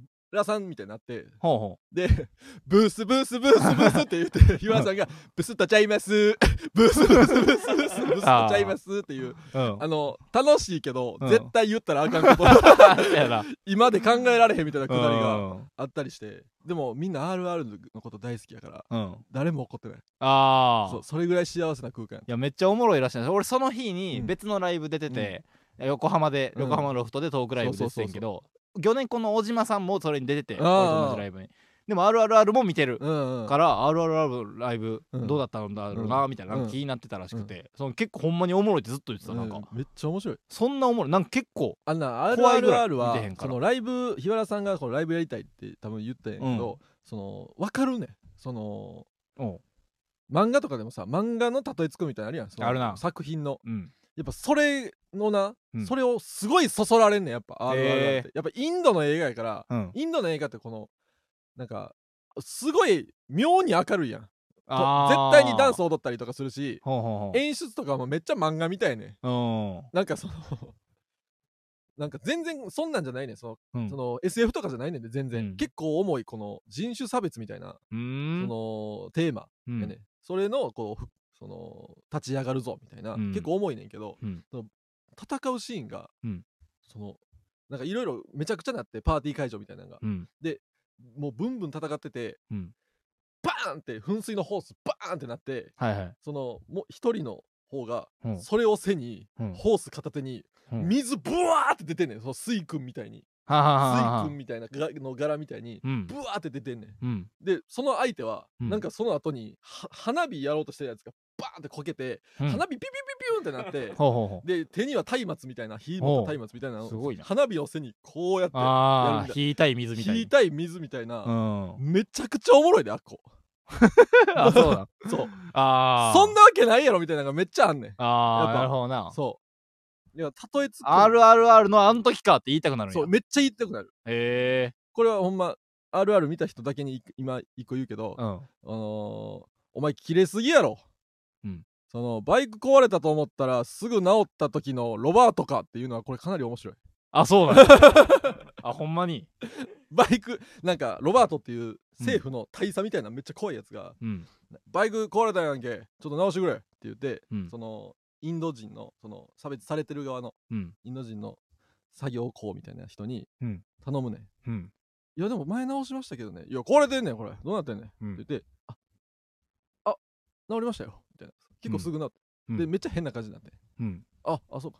Speaker 2: さんみたいになって
Speaker 1: ほうほ
Speaker 2: でブースブースブースブースって言って日原さんが「ブスっとちゃいます」「ブースブースブースブースブスっとちゃいます」っていう
Speaker 1: ううん
Speaker 2: あの楽しいけど、
Speaker 1: うん
Speaker 2: 絶対言ったらあかんこと
Speaker 1: そうやな
Speaker 2: 今で考えられへんみたいなくだり
Speaker 1: う
Speaker 2: が
Speaker 1: ん
Speaker 2: あったりしてでもみんな RR のこと大好きやから
Speaker 1: うん
Speaker 2: 誰も怒ってない
Speaker 1: ああ
Speaker 2: そうそれぐらい幸せな空間
Speaker 1: いやめっちゃおもろいらしいな俺その日に
Speaker 2: うん
Speaker 1: 別のライブ出てて、横浜で、
Speaker 2: うん
Speaker 1: 横浜のロフトでトークライブ出ててんけど去年この小島さんもそれに出てて
Speaker 2: あー
Speaker 1: 俺と同じライブにでも「RRR」も見てる、
Speaker 2: うんうん
Speaker 1: から「RRR」ライブ
Speaker 2: うん
Speaker 1: どうだったんだろうなみたいななんか
Speaker 2: うん
Speaker 1: 気になってたらしくて、その結構ほんまにおもろいってずっと言ってたなんか、
Speaker 2: うんめっちゃ面白い
Speaker 1: そんなおもろいなんか結構
Speaker 2: あんな
Speaker 1: 怖いぐらい
Speaker 2: RRR
Speaker 1: 見てへん
Speaker 2: は
Speaker 1: か
Speaker 2: そ
Speaker 1: ら
Speaker 2: のライブ日原さんがこのライブやりたいって多分言ったんやけど、その分かるねんその
Speaker 1: うん
Speaker 2: 漫画とかでもさ漫画の例えつくみたいなのあるやんその
Speaker 1: あるな
Speaker 2: 作品の
Speaker 1: うん
Speaker 2: やっぱそれのな、
Speaker 1: うん
Speaker 2: それをすごいそそられんねんやっぱ RRR って、
Speaker 1: へ
Speaker 2: やっぱインドの映画やから
Speaker 1: うん
Speaker 2: インドの映画ってこのなんかすごい妙に明るいやんと
Speaker 1: あー
Speaker 2: 絶対にダンス踊ったりとかするし
Speaker 1: ほうほうほう
Speaker 2: 演出とかもめっちゃ漫画みたいね なんかそのなんか全然そんなんじゃないねんその,、
Speaker 1: うん
Speaker 2: その SF とかじゃないねんで全然、
Speaker 1: うん
Speaker 2: 結構重いこの人種差別みたいな、
Speaker 1: うん
Speaker 2: そのテーマ
Speaker 1: うん
Speaker 2: やね、それのこうふその立ち上がるぞみたいな、
Speaker 1: うん
Speaker 2: 結構重いねんけど、
Speaker 1: うん
Speaker 2: その戦うシーンが、
Speaker 1: うん
Speaker 2: そのなんかいろいろめちゃくちゃなってパーティー会場みたいなのが
Speaker 1: うん
Speaker 2: もうブンブン戦ってて、
Speaker 1: うん
Speaker 2: バーンって噴水のホースバーンってなって
Speaker 1: はいはい
Speaker 2: そのもう一人の方が
Speaker 1: うん
Speaker 2: それを背に、
Speaker 1: うん
Speaker 2: ホース片手に
Speaker 1: うん
Speaker 2: 水ブワーって出てんねんその水君みたいに
Speaker 1: はははは
Speaker 2: 水
Speaker 1: は
Speaker 2: 君みたいながの柄みたいに
Speaker 1: うん
Speaker 2: ブワーって出てんねん
Speaker 1: うん
Speaker 2: でその相手は、
Speaker 1: うん
Speaker 2: なんかその後には花火やろうとしてるやつがバーンってこけて、
Speaker 1: うん
Speaker 2: 花火ピュピュピュピュン ってなって
Speaker 1: ほうほうほう
Speaker 2: で手には松明みたいな火持った松明みたいなのを
Speaker 1: すごいな
Speaker 2: 花火を背にこうやって
Speaker 1: あ
Speaker 2: やるみたい
Speaker 1: あ
Speaker 2: な
Speaker 1: 引いたい水みたい
Speaker 2: 引いたい水みたいな、
Speaker 1: う ん
Speaker 2: めちゃくちゃおもろいであっこ
Speaker 1: あそうだ
Speaker 2: そう
Speaker 1: あー
Speaker 2: そんなわけないやろみたいなのがめっちゃあんね
Speaker 1: あ
Speaker 2: んや
Speaker 1: あ
Speaker 2: っぱ
Speaker 1: なるほどな
Speaker 2: そういや例えつく
Speaker 1: RRR のあの時かって言いたくなるん
Speaker 2: そ
Speaker 1: や
Speaker 2: うめっちゃ言いたくなる
Speaker 1: へえ
Speaker 2: これはほんまあるある見た人だけにい今一個言うけど、
Speaker 1: うん
Speaker 2: あのーお前切れすぎやろ、
Speaker 1: うん
Speaker 2: そのバイク壊れたと思ったらすぐ治った時のロバートかっていうのはこれかなり面白い
Speaker 1: あそう なんやあほんまに
Speaker 2: バイクなんかロバートっていう政府の大佐みたいなめっちゃ怖いやつが、
Speaker 1: うん
Speaker 2: バイク壊れたやんけちょっと直してくれって言って、
Speaker 1: うん
Speaker 2: そのインド人のその差別されてる側の
Speaker 1: うん
Speaker 2: インド人の作業工みたいな人に
Speaker 1: うん
Speaker 2: 頼むねん、
Speaker 1: うん
Speaker 2: いやでも前直しましたけどねいや壊れてんねんこれどうなってんねんって
Speaker 1: うん
Speaker 2: 言って、ああ治りましたよみたいな結構すぐなって、
Speaker 1: うん
Speaker 2: でめっちゃ変な感じになって
Speaker 1: うん
Speaker 2: ああそうか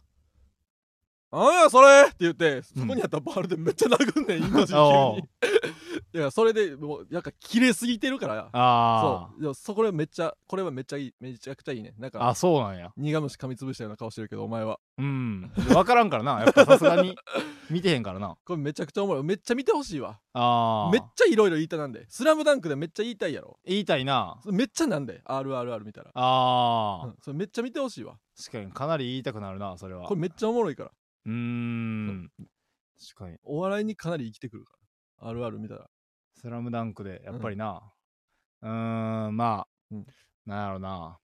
Speaker 2: なんやそれって言ってそこにあったバールでめっちゃ殴 んねん、インド人急にいやそれでもうなんか切れすぎてるから
Speaker 1: あ
Speaker 2: そうでもそこでめっちゃこれはめっちゃいいめちゃくちゃいいねなん
Speaker 1: あ
Speaker 2: か
Speaker 1: あそうなんや
Speaker 2: 苦虫噛みつぶしたような顔してるけどお前は
Speaker 1: うん分からんからなやっぱさすが に見てへんからな
Speaker 2: これめちゃくちゃおもろいめっちゃ見てほしいわ
Speaker 1: ああ
Speaker 2: めっちゃいろいろ言いたなんで「スラムダンクでめっちゃ言いたいやろ
Speaker 1: 言いたいな
Speaker 2: めっちゃなんで RRR 見たら、
Speaker 1: あ
Speaker 2: う
Speaker 1: あ
Speaker 2: ん、それめっちゃ見てほしいわ
Speaker 1: 確かにかなり言いたくなるなそれは
Speaker 2: これめっちゃおもろいから
Speaker 1: うーん確かに
Speaker 2: お笑いにかなり生きてくるから RR 見たら
Speaker 1: スラムダンクで、やっぱりな。うーん、まあ、
Speaker 2: うん
Speaker 1: なんやろな。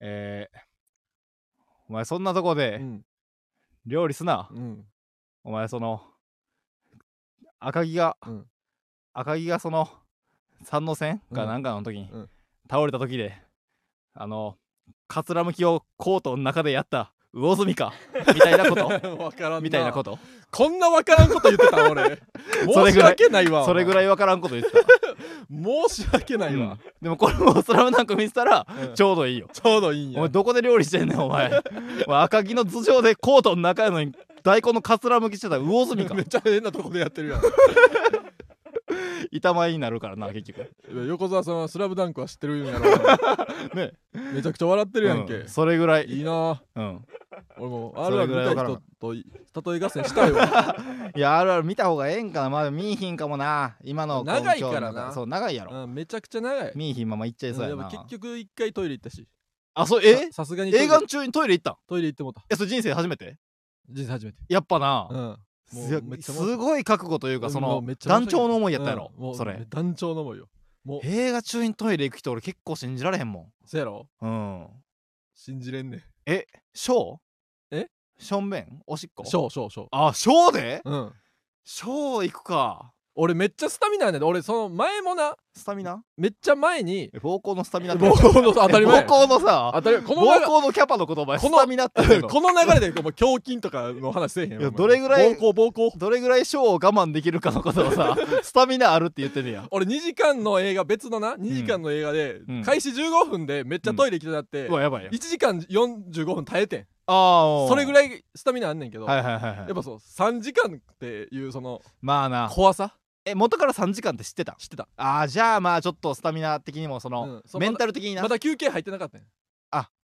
Speaker 1: えー、お前そんなとこ
Speaker 2: う
Speaker 1: で
Speaker 2: ん
Speaker 1: 料理すな。
Speaker 2: うん
Speaker 1: お前その、赤木が、
Speaker 2: うん
Speaker 1: 赤木がその、三の線か
Speaker 2: うん
Speaker 1: なんかの時に、
Speaker 2: うん
Speaker 1: 倒れた時で、あの、かつらむきをコートの中でやった魚住 か、みたいなこと。
Speaker 2: わからん
Speaker 1: みたいなことと
Speaker 2: こんなわからんこと言ってた俺
Speaker 1: それ
Speaker 2: 申
Speaker 1: ぐ
Speaker 2: し
Speaker 1: らい
Speaker 2: 訳ないわ
Speaker 1: それぐら
Speaker 2: い
Speaker 1: いわからんこと言ってた、
Speaker 2: 申し訳ないわ、
Speaker 1: うんでもこれも「スラムダンク見せたら
Speaker 2: うん
Speaker 1: ちょうどいいよ
Speaker 2: ちょうどいいん
Speaker 1: お
Speaker 2: や
Speaker 1: 前どこで料理してんねんお 前お前赤木の頭上でコートの中や のに大根のかつらむきしてたら魚住か
Speaker 2: めっちゃ変なとこでやってるやん
Speaker 1: 板前になるからな結局
Speaker 2: いや横澤さんは「スラムダンクは知ってるんやろう な
Speaker 1: ね
Speaker 2: めちゃくちゃ笑ってるやんけ、
Speaker 1: うんそれぐらい
Speaker 2: いいな
Speaker 1: うん
Speaker 2: 俺も
Speaker 1: それ
Speaker 2: R−1
Speaker 1: ぐらいわ
Speaker 2: 見た
Speaker 1: からん
Speaker 2: 人と例え合戦した いわ
Speaker 1: いやあるある見た方がええんかなまだ見いひんかもな今のこう
Speaker 2: 長いからな
Speaker 1: 今日のそう長いやろ
Speaker 2: うんめちゃくちゃ長い
Speaker 1: 見いひんまま行っちゃいそうや
Speaker 2: うん
Speaker 1: な
Speaker 2: でも結局一回トイレ行ったし
Speaker 1: あそうえ
Speaker 2: ささすがにトイレ
Speaker 1: 映画中にトイレ行ったん
Speaker 2: トイレ行ってもうた
Speaker 1: えそれ人生初めて
Speaker 2: 人生初めて
Speaker 1: やっぱな
Speaker 2: うんもう
Speaker 1: す
Speaker 2: めっちゃ
Speaker 1: すごい覚悟というかそ
Speaker 2: も
Speaker 1: の
Speaker 2: うめっちゃ
Speaker 1: 団長の思いやったやろ
Speaker 2: うんもう
Speaker 1: それ
Speaker 2: 団長の思いよもう
Speaker 1: 映画中にトイレ行く人俺結構信じられへんも
Speaker 2: そやろ
Speaker 1: んうん
Speaker 2: 信じれんねん
Speaker 1: ショー
Speaker 2: え
Speaker 1: ションベンおしっこ
Speaker 2: しょうしょうしょ
Speaker 1: あショーで
Speaker 2: ううん
Speaker 1: ショー行くか
Speaker 2: 俺めっちゃスタミナやねん俺その前もな
Speaker 1: スタミナ
Speaker 2: めっちゃ前に
Speaker 1: え膀胱のスタミナって
Speaker 2: 膀胱の当たり前
Speaker 1: 膀胱のさ
Speaker 2: 当たりこの
Speaker 1: 膀
Speaker 2: 前
Speaker 1: 胱のキャパのことお前
Speaker 2: こ
Speaker 1: ス
Speaker 2: の
Speaker 1: タミナって言うの
Speaker 2: この流れでもう胸筋とかの話せえへん
Speaker 1: いや
Speaker 2: お前
Speaker 1: どれぐらい
Speaker 2: 暴行暴行
Speaker 1: どれぐらいショーを我慢できるかのことを さスタミナあるって言ってるやん
Speaker 2: 俺2時間の映画別のな2時間の映画で、
Speaker 1: うん
Speaker 2: 開始15分でめっちゃトイレ行きたなって、
Speaker 1: うわやばいやん
Speaker 2: 1時間45分耐えてん
Speaker 1: ああ
Speaker 2: それぐ
Speaker 1: い
Speaker 2: らいスタミナあんねんけど、
Speaker 1: はいはいはい、はい、
Speaker 2: やっぱそう3時間っていうその
Speaker 1: まあな
Speaker 2: 怖さ
Speaker 1: え元から3時間って知ってた
Speaker 2: 知ってた
Speaker 1: ああじゃあまあちょっとスタミナ的にもその、
Speaker 2: うんそう
Speaker 1: メンタル的にな、
Speaker 2: まだ休憩入ってなかったん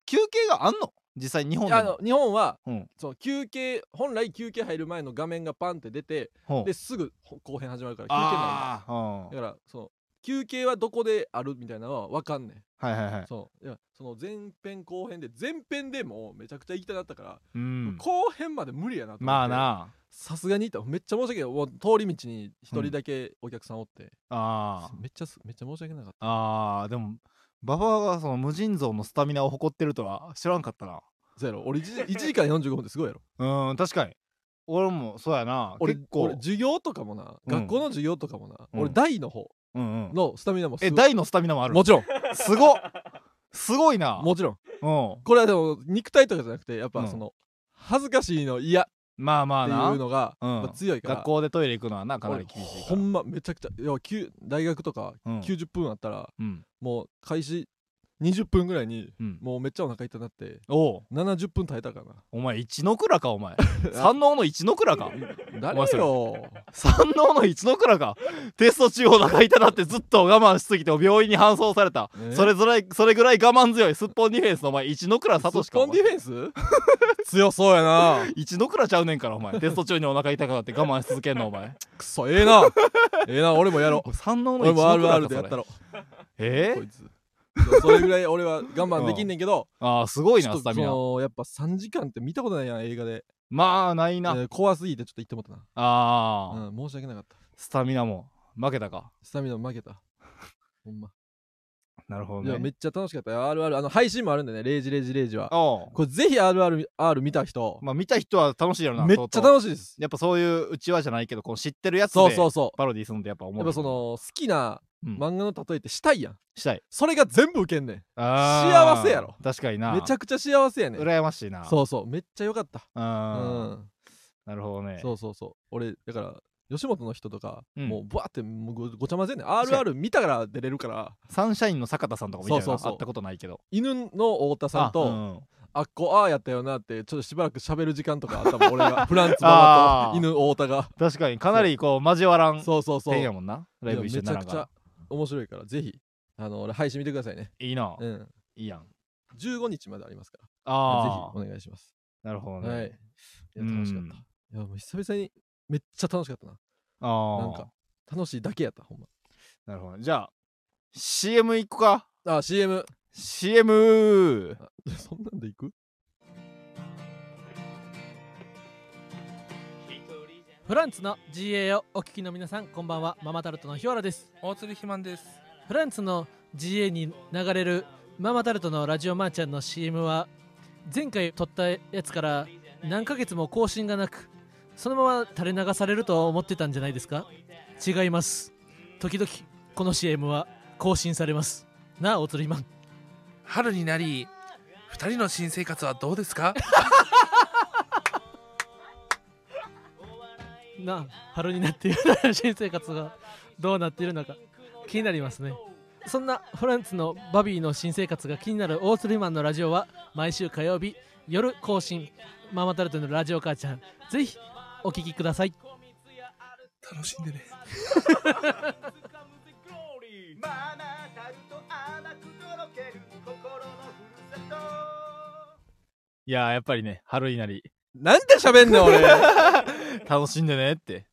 Speaker 1: 休憩があんの実際日本
Speaker 2: い
Speaker 1: で
Speaker 2: やあ
Speaker 1: も
Speaker 2: の日本は、
Speaker 1: うん
Speaker 2: その休憩本来休憩入る前の画面がパンって出て
Speaker 1: ほう
Speaker 2: ですぐほ後編始まるから休憩な
Speaker 1: ああ
Speaker 2: いだからその休憩はどこであるみたいなのは分かんね
Speaker 1: う
Speaker 2: ん
Speaker 1: んはいはいはい
Speaker 2: そういやその前編後編で前編でもうめちゃくちゃ行きたなったから、
Speaker 1: うん
Speaker 2: 後編まで無理やなと思って
Speaker 1: まあな
Speaker 2: さすがに行っためっちゃ申し訳ないもう通り道に一人だけお客さんおって、
Speaker 1: あー
Speaker 2: めっちゃすめっちゃ申し訳なかっ
Speaker 1: あーでも馬場がその無尽蔵のスタミナを誇ってるとは知らんかったな
Speaker 2: たそうやろ俺 1, 時間45分ってすごいやろ
Speaker 1: うん確かに俺もそうやな
Speaker 2: 俺
Speaker 1: 結構
Speaker 2: 俺授業とかもな、
Speaker 1: うん
Speaker 2: 学校の授業とかもな、
Speaker 1: うん
Speaker 2: 俺大の方
Speaker 1: うんうん、
Speaker 2: のスタミナもすごい
Speaker 1: え大のスタミナもある
Speaker 2: もちろん
Speaker 1: すごっすごいな
Speaker 2: もちろん
Speaker 1: うん
Speaker 2: これはでも肉体とかじゃなくてやっ
Speaker 1: う
Speaker 2: ぱ
Speaker 1: ん
Speaker 2: その、恥ずかしいの嫌っ
Speaker 1: まあま
Speaker 2: て
Speaker 1: あ
Speaker 2: いう
Speaker 1: な
Speaker 2: のが、
Speaker 1: うん
Speaker 2: やっぱ強いから
Speaker 1: 学校でトイレ行くのはなかなり厳しい
Speaker 2: 俺
Speaker 1: か
Speaker 2: ほ
Speaker 1: ら
Speaker 2: んまめちゃくちゃ要は休大学とか
Speaker 1: うん
Speaker 2: 90分あったら、
Speaker 1: うん
Speaker 2: もう開始20分ぐらいに
Speaker 1: うん
Speaker 2: もうめっちゃお腹痛なって
Speaker 1: おう
Speaker 2: 70分耐えたから
Speaker 1: お前一の倉かお 前三能の一の倉か
Speaker 2: な
Speaker 1: お前それ
Speaker 2: 誰よ
Speaker 1: 三能の一の倉かテスト中お腹痛なってずっと我慢しすぎて病院に搬送された、
Speaker 2: ね
Speaker 1: それぞれそれぐらい我慢強いすっぽんディフェンスのお前一の倉
Speaker 2: ス
Speaker 1: さとし
Speaker 2: ッ
Speaker 1: か
Speaker 2: ポ
Speaker 1: お
Speaker 2: ンデ
Speaker 1: 前
Speaker 2: ィフェンス 強そうやな
Speaker 1: 一の倉ちゃうねんからお前テスト中にお腹痛くなって我慢し続けんのお 前
Speaker 2: くそええなええな俺もやろう
Speaker 1: 三能の
Speaker 2: 俺
Speaker 1: 一の倉か
Speaker 2: も RR でやった
Speaker 1: それ
Speaker 2: ろ
Speaker 1: え
Speaker 2: こ
Speaker 1: ー
Speaker 2: いつそうそれぐらい俺は我慢できんねんけど、
Speaker 1: あ ーすごい
Speaker 2: ちょ
Speaker 1: な
Speaker 2: っと
Speaker 1: スタミナ
Speaker 2: そのやっぱ3時間って見たことないやん映画で、
Speaker 1: まあない
Speaker 2: え
Speaker 1: な
Speaker 2: ー怖すぎてちょっと言ってもったな、
Speaker 1: あー
Speaker 2: うん、申し訳なかった
Speaker 1: スタミナも負けたか
Speaker 2: スタミナ負 けたほんま
Speaker 1: なるほ
Speaker 2: いやめっちゃ楽しかったよ RR あの配信もあるんでね0時0時0時は
Speaker 1: お
Speaker 2: これぜひ RRR 見た人、
Speaker 1: まあ見た人は楽しいやろな
Speaker 2: めっちゃ楽しいです
Speaker 1: しいやっぱそういううちわじゃないけどこう知ってるやつで
Speaker 2: そうそうそう
Speaker 1: パロディするのってやっぱ思う
Speaker 2: やっぱその好きな
Speaker 1: うん
Speaker 2: 漫画の例えってしたいやん
Speaker 1: したい
Speaker 2: それが全部受けんねん
Speaker 1: あー
Speaker 2: 幸せやろ
Speaker 1: 確かにな
Speaker 2: めちゃくちゃ幸せやねん
Speaker 1: 羨ましいな
Speaker 2: そうそうめっちゃ良かった
Speaker 1: う
Speaker 2: うんん
Speaker 1: なるほどね
Speaker 2: そうそうそう俺だから吉本の人とか、
Speaker 1: うん
Speaker 2: もうバーってもうごごちゃ混ぜんねん
Speaker 1: 確か
Speaker 2: RR 見たから出れるから
Speaker 1: サンシャインの坂田さんとかもいたよな
Speaker 2: そうそうそう
Speaker 1: 会ったことないけど
Speaker 2: 犬の太田さんとあ,、
Speaker 1: うん
Speaker 2: っこああやったよなってちょっとしばらく喋る時間とかあったもん俺がフランツママ
Speaker 1: あ
Speaker 2: と
Speaker 1: ー
Speaker 2: 犬太田が
Speaker 1: 確かにかなりこう交わらん
Speaker 2: そうそうそう
Speaker 1: 点や
Speaker 2: い
Speaker 1: もんなラ
Speaker 2: や
Speaker 1: イブ
Speaker 2: めち
Speaker 1: 一緒にな
Speaker 2: ゃ
Speaker 1: らん
Speaker 2: く
Speaker 1: か
Speaker 2: ちゃ
Speaker 1: ら
Speaker 2: 面白いからぜひあの俺配信見てくださいね
Speaker 1: いいな
Speaker 2: うん
Speaker 1: いいやん
Speaker 2: 15日までありますからぜ
Speaker 1: あ
Speaker 2: ひお願いします
Speaker 1: あなるほど
Speaker 2: はい
Speaker 1: ね
Speaker 2: いや楽しかったいやもう久々にめっちゃ楽しかったななん
Speaker 1: あ
Speaker 2: か楽しいだけやったほんま
Speaker 1: あなるほどねじゃあ CM 行くか
Speaker 2: あ CM
Speaker 1: CM
Speaker 2: あ そんなんでいく
Speaker 4: フランツの GA をお聞きの皆さんこんばんはママタルトの日原です
Speaker 5: 大鶴ひまんです
Speaker 4: フランツの GA に流れるママタルトのラジオマーちゃんの CM は前回撮ったやつから何ヶ月も更新がなくそのまま垂れ流されると思ってたんじゃないですか違います時々この CM は更新されますなあおつりマン
Speaker 5: 春になり二人の新生活はどうですか
Speaker 4: なあ春になって新生活がどうなっているのか気になりますねそんなフランツのバビーの新生活が気になるオースリーマンのラジオは毎週火曜日夜更新ママタルトのラジオ母ちゃんぜひお聞きください
Speaker 5: 楽しんでね
Speaker 6: ママタルト甘くとろける心のふるさと
Speaker 1: いやーやっぱりね春いなり
Speaker 2: なんて喋んね ん俺
Speaker 1: 楽しんでねって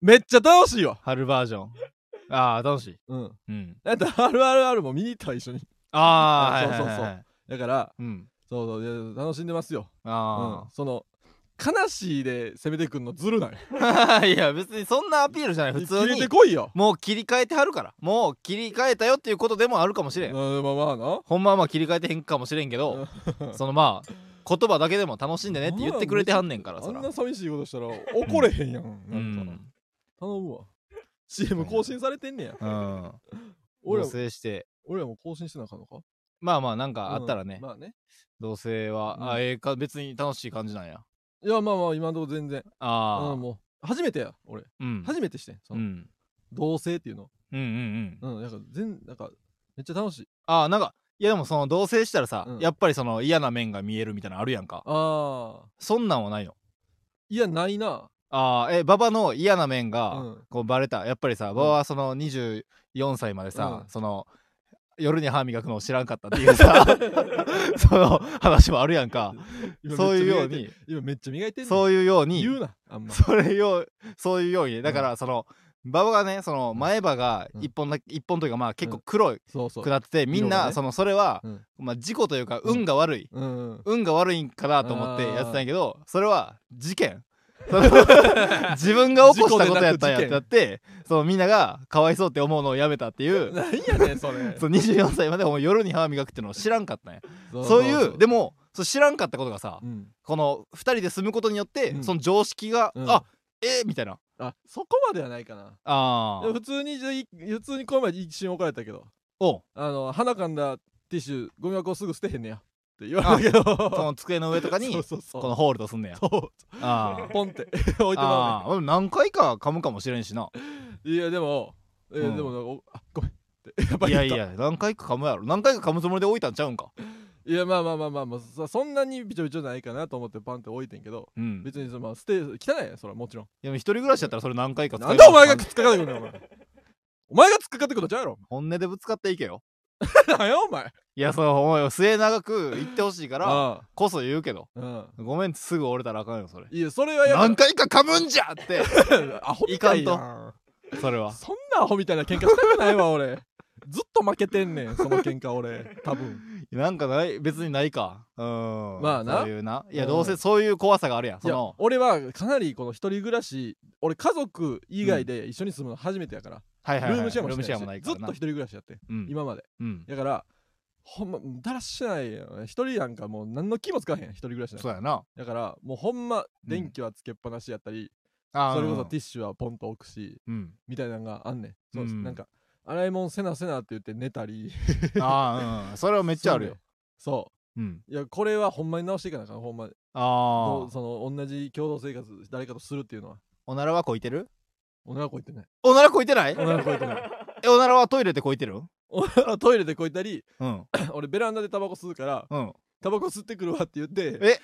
Speaker 2: めっちゃ楽しいわ
Speaker 1: 春バージョンああ楽しい
Speaker 2: うん
Speaker 1: うん
Speaker 2: だって「あるあるある」も見に行ったわ一緒に
Speaker 1: ああ
Speaker 2: そうそうそう
Speaker 1: はいはいはい
Speaker 2: だから
Speaker 1: うん
Speaker 2: そうそういや楽しんでますよ、うん
Speaker 1: あ、
Speaker 2: その悲しいで攻めてくんのずるない
Speaker 1: あ いや別にそんなアピールじゃない普通
Speaker 2: 切れ
Speaker 1: に
Speaker 2: てこいよ
Speaker 1: もう切り替えてはるからもう切り替えたよっていうことでもあるかもしれん、
Speaker 2: うんまあまあな
Speaker 1: ほんまはまあ切り替えてへんかもしれんけどそのまあ言葉だけでも楽しんでねって言ってくれてはんねんから
Speaker 2: あ
Speaker 1: そ
Speaker 2: ん
Speaker 1: ら
Speaker 2: な寂しいことしたら怒れへんや
Speaker 1: う
Speaker 2: んなんか
Speaker 1: ん、
Speaker 2: 頼むわ CM 更新されてんねや
Speaker 1: うん、同
Speaker 2: 俺らも
Speaker 1: 棲して
Speaker 2: 俺らも更新してなあかんのか
Speaker 1: まあまあなんかあったらね、
Speaker 2: うんまあね
Speaker 1: 同棲は、
Speaker 2: うん
Speaker 1: あええか別に楽しい感じなんや
Speaker 2: いやまあまあ今のところ全然
Speaker 1: ああ
Speaker 2: うんもう初めてや俺
Speaker 1: うん
Speaker 2: 初めてしてんそ
Speaker 1: うんう
Speaker 2: の
Speaker 1: ん
Speaker 2: 同棲っていうの
Speaker 1: うんうん
Speaker 2: うんなんか全なんかめっちゃ楽しい
Speaker 1: ああなんかいやでもその同棲したらさ、
Speaker 2: うん
Speaker 1: やっぱりその嫌な面が見えるみたいなのあるやんか
Speaker 2: ああ
Speaker 1: そんなんはないの
Speaker 2: いやないな
Speaker 1: ああえババの嫌な面
Speaker 2: う
Speaker 1: が、
Speaker 2: ん
Speaker 1: こうバレたやっぱりさ馬場はその24歳までさ、
Speaker 2: うん
Speaker 1: その夜に歯磨くのを知らんかったっていう さその話もあるやんか
Speaker 2: 今
Speaker 1: そういうよう
Speaker 2: めっちゃ
Speaker 1: に
Speaker 2: 磨いて今めっちゃ磨いてんねん
Speaker 1: そういうように
Speaker 2: 言うなあんま
Speaker 1: それよそういうようにねだからその馬場がねその前歯が
Speaker 2: うん
Speaker 1: 一本だけ一本というかまあ結構黒い
Speaker 2: そうそう
Speaker 1: くなっててみん
Speaker 2: 色が
Speaker 1: な
Speaker 2: ね
Speaker 1: そのそれは
Speaker 2: うん
Speaker 1: まあ事故というか
Speaker 2: うん
Speaker 1: 運が悪い
Speaker 2: うん うん
Speaker 1: 運が悪いんかなと思って
Speaker 2: あー
Speaker 1: やってたんやけどそれは事件 その自分が起こしたことやったんやってなってそのみんながかわいそうって思うのをやめたって いう
Speaker 2: なんやねんそれ
Speaker 1: その24歳までお前夜に歯磨くってのを知らんかったんや
Speaker 2: そ
Speaker 1: そういうで
Speaker 2: も
Speaker 1: もそう知らんかったことがさ
Speaker 2: うん
Speaker 1: この2人で住むことによって
Speaker 2: うん
Speaker 1: その常識が
Speaker 2: うん
Speaker 1: あえーみたいな
Speaker 2: あそこまではないかな
Speaker 1: あ
Speaker 2: でも普通にじゃあい普通にこの前一瞬怒られたけど
Speaker 1: お
Speaker 2: あの鼻かんだティッシュゴミ箱すぐ捨てへんねやって言われたけど
Speaker 1: その机の上とか
Speaker 2: そ
Speaker 1: に
Speaker 2: うそうそう
Speaker 1: このホールドすんねや
Speaker 2: そう
Speaker 1: あー
Speaker 2: ポンって 置いてもら
Speaker 1: あーでも何回か噛むかもしれんし な
Speaker 2: うねいやでもえー
Speaker 1: うん
Speaker 2: でもなんかおあごめんってやっぱ
Speaker 1: い
Speaker 2: り言
Speaker 1: や
Speaker 2: った
Speaker 1: いや何回か噛むやろ何回か噛むつもりで置いたんちゃうんか
Speaker 2: いやまあまあまあまあ、まあ、そそんなにびちょびちょじゃないかなと思ってパンって置いてんけど
Speaker 1: うん
Speaker 2: 別にそのまあ捨て汚いやんそれはもちろん
Speaker 1: でも一人暮らしやったらそれ何回か使え
Speaker 2: なん
Speaker 1: る
Speaker 2: でお前が突っかかってくるのお前お前が突っかかってくるのじゃうやろ
Speaker 1: 本音でぶつかっていけよ
Speaker 2: お前なん やお前
Speaker 1: いやそうお前末永く言ってほしいから
Speaker 2: あ
Speaker 1: こそ言うけど
Speaker 2: あうん
Speaker 1: ごめんすぐ折れたらあかんよそれ
Speaker 2: いやそれはや
Speaker 1: 何回か噛むんじゃって
Speaker 2: かアホみたいや
Speaker 1: い
Speaker 2: ん
Speaker 1: それは
Speaker 2: そんなアホみたいな喧嘩したくないわ俺ずっと負けてんねんその喧嘩俺多分
Speaker 1: なんかない別にないかうん
Speaker 2: まあな
Speaker 1: そういうないや
Speaker 2: うん
Speaker 1: どうせそういう怖さがあるやん
Speaker 2: い
Speaker 1: そ
Speaker 2: や
Speaker 1: の
Speaker 2: 俺はかなりこの一人暮らし俺家族以外で一緒に住むの初めてやから、
Speaker 1: はいはいはい
Speaker 2: ルームシェアも
Speaker 1: ルーム
Speaker 2: して
Speaker 1: シェ
Speaker 2: な
Speaker 1: アもないい
Speaker 2: し
Speaker 1: か
Speaker 2: ずっ
Speaker 1: らな
Speaker 2: と一人暮らしやって、
Speaker 1: うん
Speaker 2: 今まで
Speaker 1: うん
Speaker 2: だからほんまだらしないよね一人なんかもう何の気もつかへん一人暮らしなん
Speaker 1: そ
Speaker 2: か
Speaker 1: うやな
Speaker 2: だからもうほんま電気はつけっぱなしやったり、
Speaker 1: あー
Speaker 2: それこそティッシュはポンと置くし
Speaker 1: うん
Speaker 2: みたいなのがあんねんそうです、
Speaker 1: うん
Speaker 2: なんか洗い物せなせなって言って寝たり
Speaker 1: ああ、うん。それはめっちゃあるよ。
Speaker 2: そう
Speaker 1: うん。
Speaker 2: いやこれはほんまに直していかなあかんほんまにど
Speaker 1: あ
Speaker 2: う
Speaker 1: あ。
Speaker 2: その同じ共同生活誰かとするっていうのは
Speaker 1: おならはこいてる
Speaker 2: おならこいてない
Speaker 1: おならこいてない
Speaker 2: おならこいてない
Speaker 1: え、おならはトイレでこいてる
Speaker 2: おならトイレでこいたり
Speaker 1: うん。
Speaker 2: 俺ベランダでタバコ吸うから
Speaker 1: うん。
Speaker 2: タバコ吸ってくるわって言って
Speaker 1: え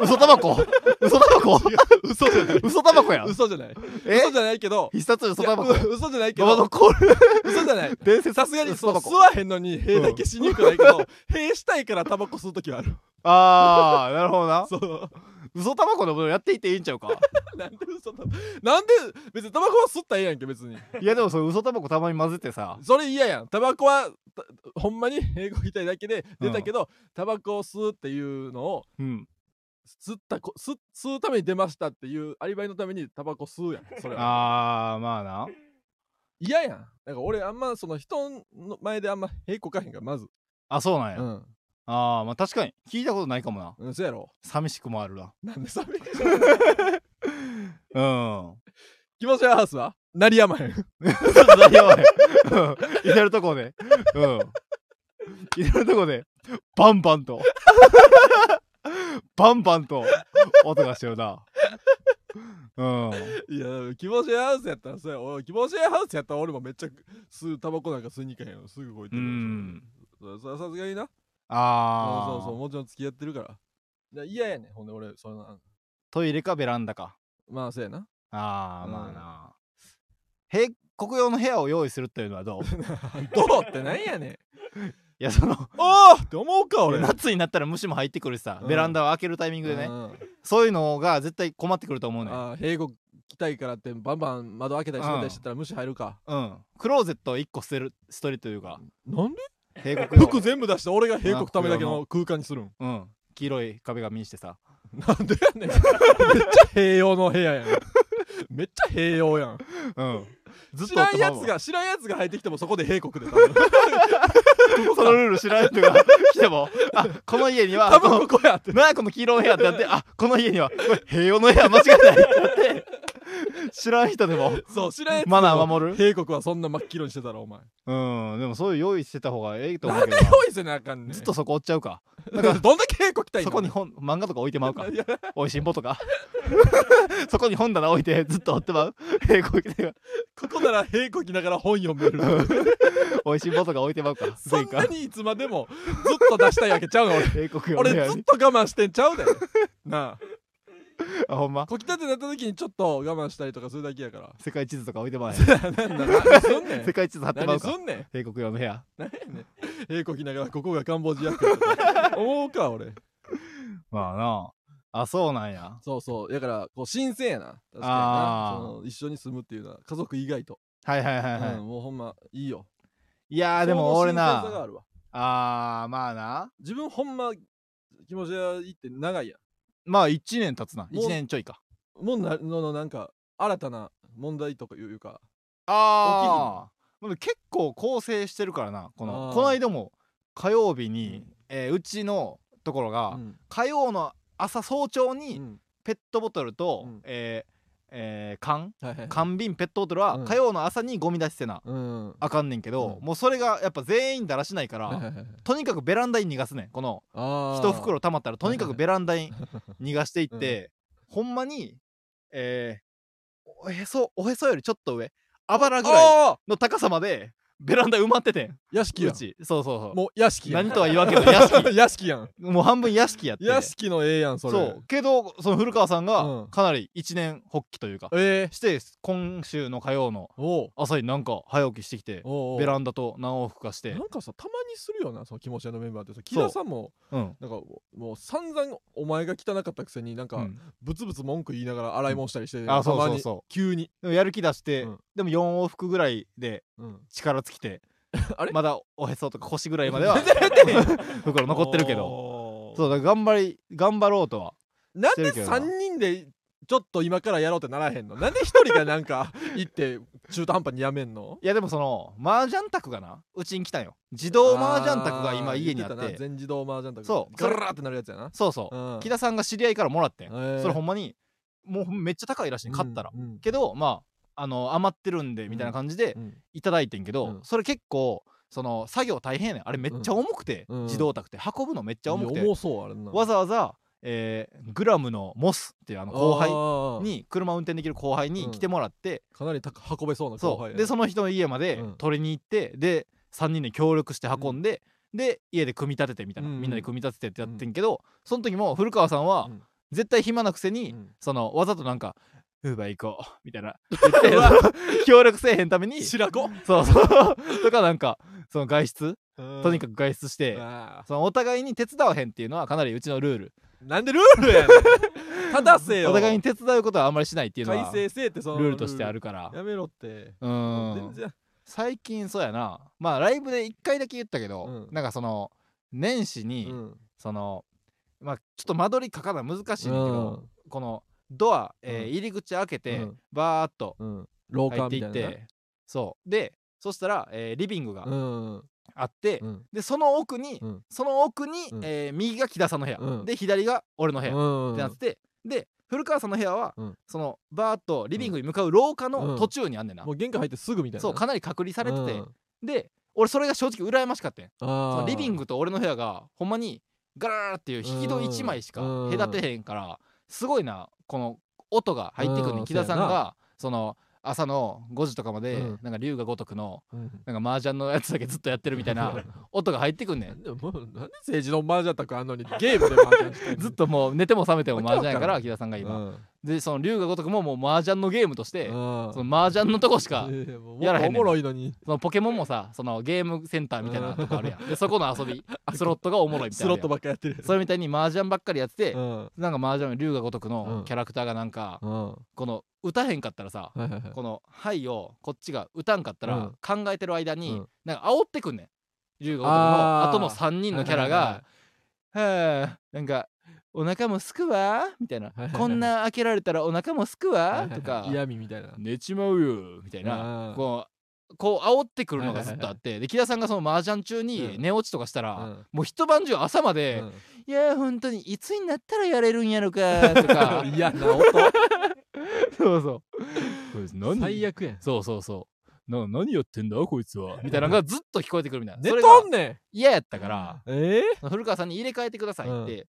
Speaker 1: 嘘タバコ嘘タバコ嘘じゃない嘘タバコやん。
Speaker 2: 嘘じゃない
Speaker 1: え
Speaker 2: 嘘じゃないけど
Speaker 1: 必殺嘘タバコ
Speaker 2: いやう嘘じゃないけ
Speaker 1: ババ
Speaker 2: ど
Speaker 1: のコール
Speaker 2: 嘘じゃない
Speaker 1: 伝説
Speaker 2: さすがにそ
Speaker 1: 嘘
Speaker 2: の
Speaker 1: タバ
Speaker 2: 吸
Speaker 1: コ
Speaker 2: わへんのに塀だけしにくくないけど 塀したいからタバコ吸う時はある
Speaker 1: ああなるほどな
Speaker 2: そう
Speaker 1: 嘘タバコのことやっていっていいんちゃうか
Speaker 2: なんで嘘だなんで別にタバコは吸ったらええやんけ別に
Speaker 1: いやでもその嘘タバコたまに混ぜてさ
Speaker 2: それ嫌やんタバコはたほんまに英語みたいだけで出たけど、タバコを吸うっていうのを
Speaker 1: うん
Speaker 2: 吸ったこ吸吸うために出ましたっていうアリバイのためにタバコ吸うやんそれは
Speaker 1: ああまあな
Speaker 2: 嫌やんなんか俺あんまその人の前であんま屁こかへんからまず
Speaker 1: あそうなんや、
Speaker 2: うん
Speaker 1: ああまあ確かに聞いたことないかもな
Speaker 2: うんそやろ
Speaker 1: 寂しくもあるな
Speaker 2: なんでそれ
Speaker 1: うん
Speaker 2: 気持ち悪いハウスは鳴りやまへん
Speaker 1: ちょっとだけやばい。うん至るとこで。うん。至るとこで、バンバンと。バンバンと音がしてるな。うん。
Speaker 2: いや気持ち悪いハウスやったらそや俺気持ち悪いハウスやったら俺もめっちゃ吸うタバコなんか吸いに行かへんよすぐこいて
Speaker 1: う
Speaker 2: る
Speaker 1: ん。
Speaker 2: そそさすがにな
Speaker 1: ああ。
Speaker 2: そうそうもちろん付き合ってるからいや嫌やねんほんで俺その
Speaker 1: トイレかベランダか。
Speaker 2: まあそうやな
Speaker 1: ああまあな、へ国用の部屋を用意するっていうのはど うい
Speaker 2: どうってなんやねん。
Speaker 1: やその
Speaker 2: ああって思うか俺。
Speaker 1: 夏になったら虫も入ってくるしさ、
Speaker 2: うん
Speaker 1: ベランダを開けるタイミングでね、
Speaker 2: うん
Speaker 1: そういうのが絶対困ってくると思うねん
Speaker 2: あー閉国来たいからってバンバン窓開けたり閉めたりしてたら虫入るか。
Speaker 1: うんクローゼットを1個捨てる捨てるというか
Speaker 2: なんで
Speaker 1: 閉国用
Speaker 2: 服全部出して俺が閉国ためだけの空間にするん。
Speaker 1: うん黄色い壁紙にして さ
Speaker 2: なんでやねん。めっちゃ併用の部屋 やん。めっちゃ併用やん。
Speaker 1: うんずっと
Speaker 2: 知らんやつが、知らんやつが入ってきてもそこで閉国で多分。
Speaker 1: そのルール知らんやつが 来てもあこの家には
Speaker 2: 多分ここやって。
Speaker 1: なあこの黄色の部屋ってなってあこの家にはこれ平和の部屋間違いないってなって知らん人でも
Speaker 2: そう、知らんやつでも
Speaker 1: マナー守る
Speaker 2: 閉国はそんな真っ黄色にしてたらお前。
Speaker 1: うんでもそういう用意してた方がええと思
Speaker 2: な
Speaker 1: うんけ
Speaker 2: で
Speaker 1: ど
Speaker 2: 用
Speaker 1: な
Speaker 2: 意せなあかんねん。
Speaker 1: ずっとそこ追っちゃうか
Speaker 2: だからどんだけ閉国来たいん
Speaker 1: そこに本漫画とか置いてまうか
Speaker 2: いや
Speaker 1: おいしんぼとか そこに本棚置いてずっと追ってまう平行行て
Speaker 2: ここなら閉国来ながら本読める。
Speaker 1: おいしんぼとか置いてまうか
Speaker 2: そん
Speaker 1: 全
Speaker 2: な
Speaker 1: 巻
Speaker 2: にいつまでもずっと出したいわけちゃうの俺。
Speaker 1: 平行用の
Speaker 2: 俺
Speaker 1: 部屋
Speaker 2: ずっ
Speaker 1: に
Speaker 2: と我慢してんちゃうで。なあ。
Speaker 1: あほんま
Speaker 2: こきたてなった時にちょっと我慢したりとかするだけやから。
Speaker 1: 世界地図とか置いてまう
Speaker 2: なんだ何すんね ん
Speaker 1: 世。界地図貼ってまう
Speaker 2: 何
Speaker 1: か
Speaker 2: すんねん。
Speaker 1: 平行用の部屋
Speaker 2: 閉国来ながらここがカンボジアかとか思うか俺。
Speaker 1: まあなああそうなんや
Speaker 2: そうそう。だからこう新鮮やな。確かにな
Speaker 1: あ。ー
Speaker 2: その一緒に住むっていうのは家族以外と。
Speaker 1: はいはいはいはい、
Speaker 2: うんもうほんまいいよ。
Speaker 1: いやーでも俺
Speaker 2: その新鮮さがあ
Speaker 1: な
Speaker 2: るわ
Speaker 1: あーまあな
Speaker 2: 自分ほんま気持ち悪いって長いや
Speaker 1: まあ1年経つな
Speaker 2: もう
Speaker 1: 1年ちょいか
Speaker 2: ん。もうなののなんか新たな問題とかいうか。
Speaker 1: ああ結構構成してるからなこ
Speaker 2: あ
Speaker 1: の
Speaker 2: ー
Speaker 1: この間も火曜日に、う
Speaker 2: うん
Speaker 1: えーうちのところが、
Speaker 2: うん
Speaker 1: 火曜の朝早朝
Speaker 2: う
Speaker 1: に
Speaker 2: ん
Speaker 1: ペットボトルと、
Speaker 2: うん
Speaker 1: えーえー缶
Speaker 2: はいはい。
Speaker 1: 缶瓶ペットボトルは、
Speaker 2: うん
Speaker 1: 火曜の朝にゴミ出しせな
Speaker 2: うん。は
Speaker 1: あかんねんけど、
Speaker 2: うん
Speaker 1: もうそれがやっぱ全員だらしないか
Speaker 2: い
Speaker 1: ら、
Speaker 2: はいはい
Speaker 1: とにかくベランダに逃がすねんこの
Speaker 2: あー
Speaker 1: 一袋溜まったらとにかくベランダ に逃がしていって、ほんまにえーおへそおへそよりちょっと上あばらぐらい
Speaker 2: あ
Speaker 1: の高さまでベランダ埋まっててん
Speaker 2: ー屋敷や
Speaker 1: うんちそうそうそう
Speaker 2: もう屋敷やん
Speaker 1: 何とは言わんけど屋 敷
Speaker 2: 屋敷やん
Speaker 1: もう半分屋敷やって
Speaker 2: 屋敷のええやんそ
Speaker 1: そ
Speaker 2: れ
Speaker 1: うけどその古川さん
Speaker 2: う
Speaker 1: が
Speaker 2: ん
Speaker 1: かなり一年発起というか、
Speaker 2: ええ
Speaker 1: して今週の火曜の
Speaker 2: おう
Speaker 1: 朝になんか早起きしてきて
Speaker 2: おうおう
Speaker 1: ベランダと何往復かして
Speaker 2: なんかさたまにするよなその気持ち悪いメンバーってさ木田さんも
Speaker 1: うん、
Speaker 2: なんかもう散々お前が汚かったくせになん
Speaker 1: う
Speaker 2: か
Speaker 1: ん、
Speaker 2: ブツブツ文句言いながら洗い物したりして、
Speaker 1: んあそうそう
Speaker 2: たまに
Speaker 1: そ
Speaker 2: 急に、
Speaker 1: でもやる気出して、
Speaker 2: うん
Speaker 1: でも4往復ぐらいで
Speaker 2: うん、
Speaker 1: 力尽きて
Speaker 2: あれ
Speaker 1: まだおへそとか腰ぐらいまで は袋残ってるけど
Speaker 2: ど
Speaker 1: そうだから頑張り頑張ろうとは
Speaker 2: なん
Speaker 1: して
Speaker 2: で
Speaker 1: るけどな
Speaker 2: 3人でちょっと今からやろうってならへんの なんで1人がなんか行って中途半端にやめんの
Speaker 1: いやでもその麻雀卓がなうちに来たんよ自動麻雀卓が
Speaker 2: あ
Speaker 1: 今
Speaker 2: ー
Speaker 1: 家にあって
Speaker 2: 言たな全自動麻雀卓
Speaker 1: そう
Speaker 2: ガラーってなるやつやな
Speaker 1: そうそう、
Speaker 2: うん
Speaker 1: 木田さんが知り合いからもらってん、
Speaker 2: へー
Speaker 1: それほんまにもうめっちゃ高いらしいね買ったら、
Speaker 2: うんうん
Speaker 1: けどまああの余ってるんでみたいな感じで
Speaker 2: うん
Speaker 1: いただいてんけど、
Speaker 2: うん
Speaker 1: それ結構その作業大変やねんあれめっちゃ重くて、
Speaker 2: うんうん
Speaker 1: 自動卓って運ぶのめっちゃ重くて、
Speaker 2: いや重そうあれな
Speaker 1: わざわざ、えーグラムのモスっていうあの後輩
Speaker 2: 輩
Speaker 1: に車運転できる後輩に来てもらって、
Speaker 2: かなりた運べそうな後
Speaker 1: そ
Speaker 2: 輩
Speaker 1: う
Speaker 2: や
Speaker 1: でその人の家まで
Speaker 2: うん
Speaker 1: 取りに行って、で3人で協力して運んで、で家で組み立ててみたいな、
Speaker 2: うんうん
Speaker 1: みんなで組み立ててってやってんけど、その時も古川さんは
Speaker 2: うん
Speaker 1: 絶対暇なくせに、
Speaker 2: うん
Speaker 1: そのわざとなんか「ウーバー行こう」みたい な言ってその協力せえへんために
Speaker 2: 白子
Speaker 1: そうそう とかなんかその外出、とに
Speaker 2: か
Speaker 1: かく外出して、
Speaker 2: く
Speaker 1: そのお互いに手伝わへんっていうのはかなりうちのルール
Speaker 2: なんでルールやねん 正せよ
Speaker 1: お互いに手伝うことはあんまりしないっていうの
Speaker 2: 改
Speaker 1: は
Speaker 2: 正せえってその
Speaker 1: ルールとしてあるから
Speaker 2: やめろって
Speaker 1: うん
Speaker 2: 全然
Speaker 1: 最近そうやなまあライブで1回だけ言ったけど、
Speaker 2: うん
Speaker 1: なんかその年始に、
Speaker 2: うん
Speaker 1: そのまあちょっと間取りかかな難しいねんだけど、このドア、えー
Speaker 2: うん
Speaker 1: 入り口開けて、
Speaker 2: うん
Speaker 1: バーっと
Speaker 2: うん廊
Speaker 1: 入
Speaker 2: 下
Speaker 1: って
Speaker 2: み
Speaker 1: い
Speaker 2: たい
Speaker 1: っ
Speaker 2: な
Speaker 1: てそうでそしたら、えーリビングが
Speaker 2: うんうん
Speaker 1: あって、
Speaker 2: うん
Speaker 1: でその奥に、
Speaker 2: うん
Speaker 1: その奥に、
Speaker 2: うん
Speaker 1: えー右が木田さんの部屋、
Speaker 2: うん
Speaker 1: で左が俺の部屋、
Speaker 2: うん
Speaker 1: ってなってて、で古川さんの部屋は、
Speaker 2: うん
Speaker 1: そのバーッとリビングに向かう廊下
Speaker 2: う
Speaker 1: の
Speaker 2: ん
Speaker 1: 途中にあんねんな、
Speaker 2: もう玄関入ってすぐみたいな
Speaker 1: そうかなり隔離されてて、
Speaker 2: うん
Speaker 1: で俺それが正直羨ましかったんそ
Speaker 2: あ
Speaker 1: の
Speaker 2: ー
Speaker 1: リビングと俺の部屋がほんまにガラーっていう引き戸1枚しか
Speaker 2: うん
Speaker 1: 隔てへんからすごいなこの音が入ってくる
Speaker 2: う
Speaker 1: ね
Speaker 2: ん
Speaker 1: 木田さん
Speaker 2: そうや
Speaker 1: がその朝の5時とかまで
Speaker 2: うん
Speaker 1: なんか龍が如くの
Speaker 2: うん
Speaker 1: なんか麻雀のやつだけずっとやってるみたいな音が入ってくんね
Speaker 2: なんんでもうなんで政治のマージャンタクあんのにゲームでマージャンしてんの
Speaker 1: ずっともう寝ても覚めても麻雀やか
Speaker 2: わ
Speaker 1: ら
Speaker 2: け
Speaker 1: 木田さんが今
Speaker 2: うん
Speaker 1: でその龍が如くももう麻雀のゲームとして、
Speaker 2: うん
Speaker 1: その麻雀のとこしか、
Speaker 2: いやいやもうも
Speaker 1: やら
Speaker 2: っ
Speaker 1: へん
Speaker 2: と
Speaker 1: ね
Speaker 2: お
Speaker 1: ん
Speaker 2: もろいのに
Speaker 1: そのポケモンもさそのゲームセンターみたいなとこあるやんでそこの遊 びスロットがおもろいみた
Speaker 2: ス
Speaker 1: いな
Speaker 2: ロ
Speaker 1: のあるやん
Speaker 2: ットばっかやってる
Speaker 1: それみたいに麻雀ばっかりやってて、
Speaker 2: うん
Speaker 1: なんか麻雀の龍が如く
Speaker 2: う
Speaker 1: の
Speaker 2: ん
Speaker 1: キャラクターがなんか、
Speaker 2: うんは
Speaker 1: この歌へんかったらさ
Speaker 2: いはいはい
Speaker 1: この「はい」をこっちが歌んかったら、考えてる間に、
Speaker 2: うん
Speaker 1: なんか煽ってくんねん龍が如くの
Speaker 2: あー
Speaker 1: 後の3人のキャラがはあなんか「お腹もすくわ」みたいな
Speaker 2: はいは
Speaker 1: 「
Speaker 2: いはい
Speaker 1: こんな開けられたらお腹もすくわ」とか
Speaker 2: 嫌味みたいな
Speaker 1: 「寝ちまうよ」みたい
Speaker 2: あ
Speaker 1: な
Speaker 2: ー
Speaker 1: こうこう煽ってくるのがずっとあってで木田さんがその麻雀中に
Speaker 2: うん
Speaker 1: 寝落ちとかした
Speaker 2: う
Speaker 1: ら
Speaker 2: ん
Speaker 1: もう一晩中朝まで
Speaker 2: うん
Speaker 1: 「いやー本当にいつになったらやれるんやろか」とか
Speaker 2: 嫌な音
Speaker 1: そうそう
Speaker 2: 最悪やん
Speaker 1: そうそうそうな何やってんだこいつ はみたいなのがずっと聞こえてくるみたいな
Speaker 2: 寝
Speaker 1: それ
Speaker 2: と
Speaker 1: が
Speaker 2: んね
Speaker 1: 嫌やったから
Speaker 2: んえ
Speaker 1: 古川さんに入れ替えてくださいって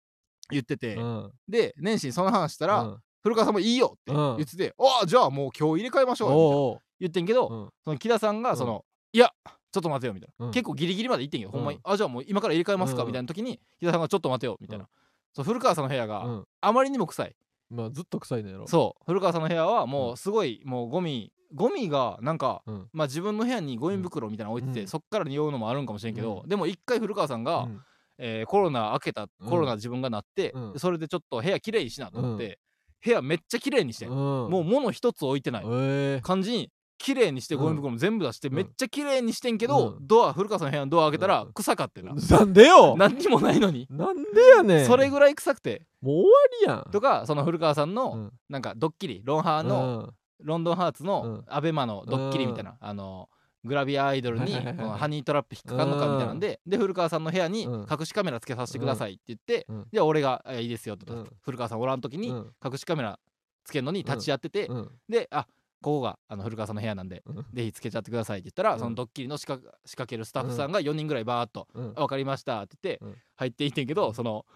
Speaker 1: 言って
Speaker 2: え
Speaker 1: て
Speaker 2: うん
Speaker 1: で年始にその話したら、
Speaker 2: うん
Speaker 1: 古川さんもいいよって
Speaker 2: うん
Speaker 1: 言ってて、ああじゃあもう今日入れ替えましょうよみたいな
Speaker 2: おう
Speaker 1: 言ってんけど、
Speaker 2: おううん
Speaker 1: その木田さんが
Speaker 2: ん
Speaker 1: その、いやちょっと待てよみたいな、
Speaker 2: うん
Speaker 1: 結構ギリギリまで行ってんけど、ほんまに
Speaker 2: うん
Speaker 1: あじゃあもう今から入れ替えますか、
Speaker 2: うん
Speaker 1: みたいな時に木田さんがちょっと待てよみたいな、
Speaker 2: う
Speaker 1: そう古川さんの部屋
Speaker 2: う
Speaker 1: が
Speaker 2: ん
Speaker 1: あまりにも臭い、
Speaker 2: まあずっと臭いのやろ
Speaker 1: そう古川さんの部屋はも
Speaker 2: う
Speaker 1: うすごいもうゴミゴミがなんか、
Speaker 2: うん
Speaker 1: まあ自分の部屋にゴミ袋みたいなの置いてて、
Speaker 2: うん
Speaker 1: そっから匂うのもあるんかもしれんけど、でも一回古川さんが、
Speaker 2: うん
Speaker 1: えーコロナ明けた
Speaker 2: うん
Speaker 1: コロナ自分がなって、
Speaker 2: うん
Speaker 1: それでちょっと部屋きれいにしなと思って、部屋めっちゃきれいにして、も
Speaker 2: も
Speaker 1: う物一つ置いてない
Speaker 2: ええ
Speaker 1: 感じにきれいにしてゴミ袋も全部出して、
Speaker 2: うん
Speaker 1: めっちゃきれいにしてんけど、
Speaker 2: うん
Speaker 1: ドア古川さんの部屋のドア開けたら
Speaker 2: うん
Speaker 1: 臭かってな、
Speaker 2: なんでよ
Speaker 1: 何にもないのに、
Speaker 2: なんでやねん
Speaker 1: それぐらい臭くて
Speaker 2: もう終わりやん
Speaker 1: とかその古川さんの、
Speaker 2: うん
Speaker 1: なんかドッキリロンハーの、ロンドンハーツの
Speaker 2: う
Speaker 1: アベマのドッキリみたいな、あのグラビアアイドルに
Speaker 2: はいはいはい
Speaker 1: このハニートラップ引っかかんのかみたいなんで、で古川さんの部屋に
Speaker 2: うん
Speaker 1: 隠しカメラつけさせてくださいって言って、
Speaker 2: うん
Speaker 1: で俺が「えいいですよ」って言ったら
Speaker 2: うん
Speaker 1: 古川さんおらん時
Speaker 2: うん
Speaker 1: に
Speaker 2: うん
Speaker 1: 隠しカメラつけるのに立ち会ってて、
Speaker 2: うん
Speaker 1: であここがあの古川さんの部屋なんで、
Speaker 2: うん
Speaker 1: ぜひつけちゃってくださいって言ったら、
Speaker 2: うん
Speaker 1: そのドッキリの仕掛仕掛けるスタッフさんが4人ぐらいバーっと
Speaker 2: うん
Speaker 1: 「分かりました」って言って
Speaker 2: うん
Speaker 1: 入っていってんけど、その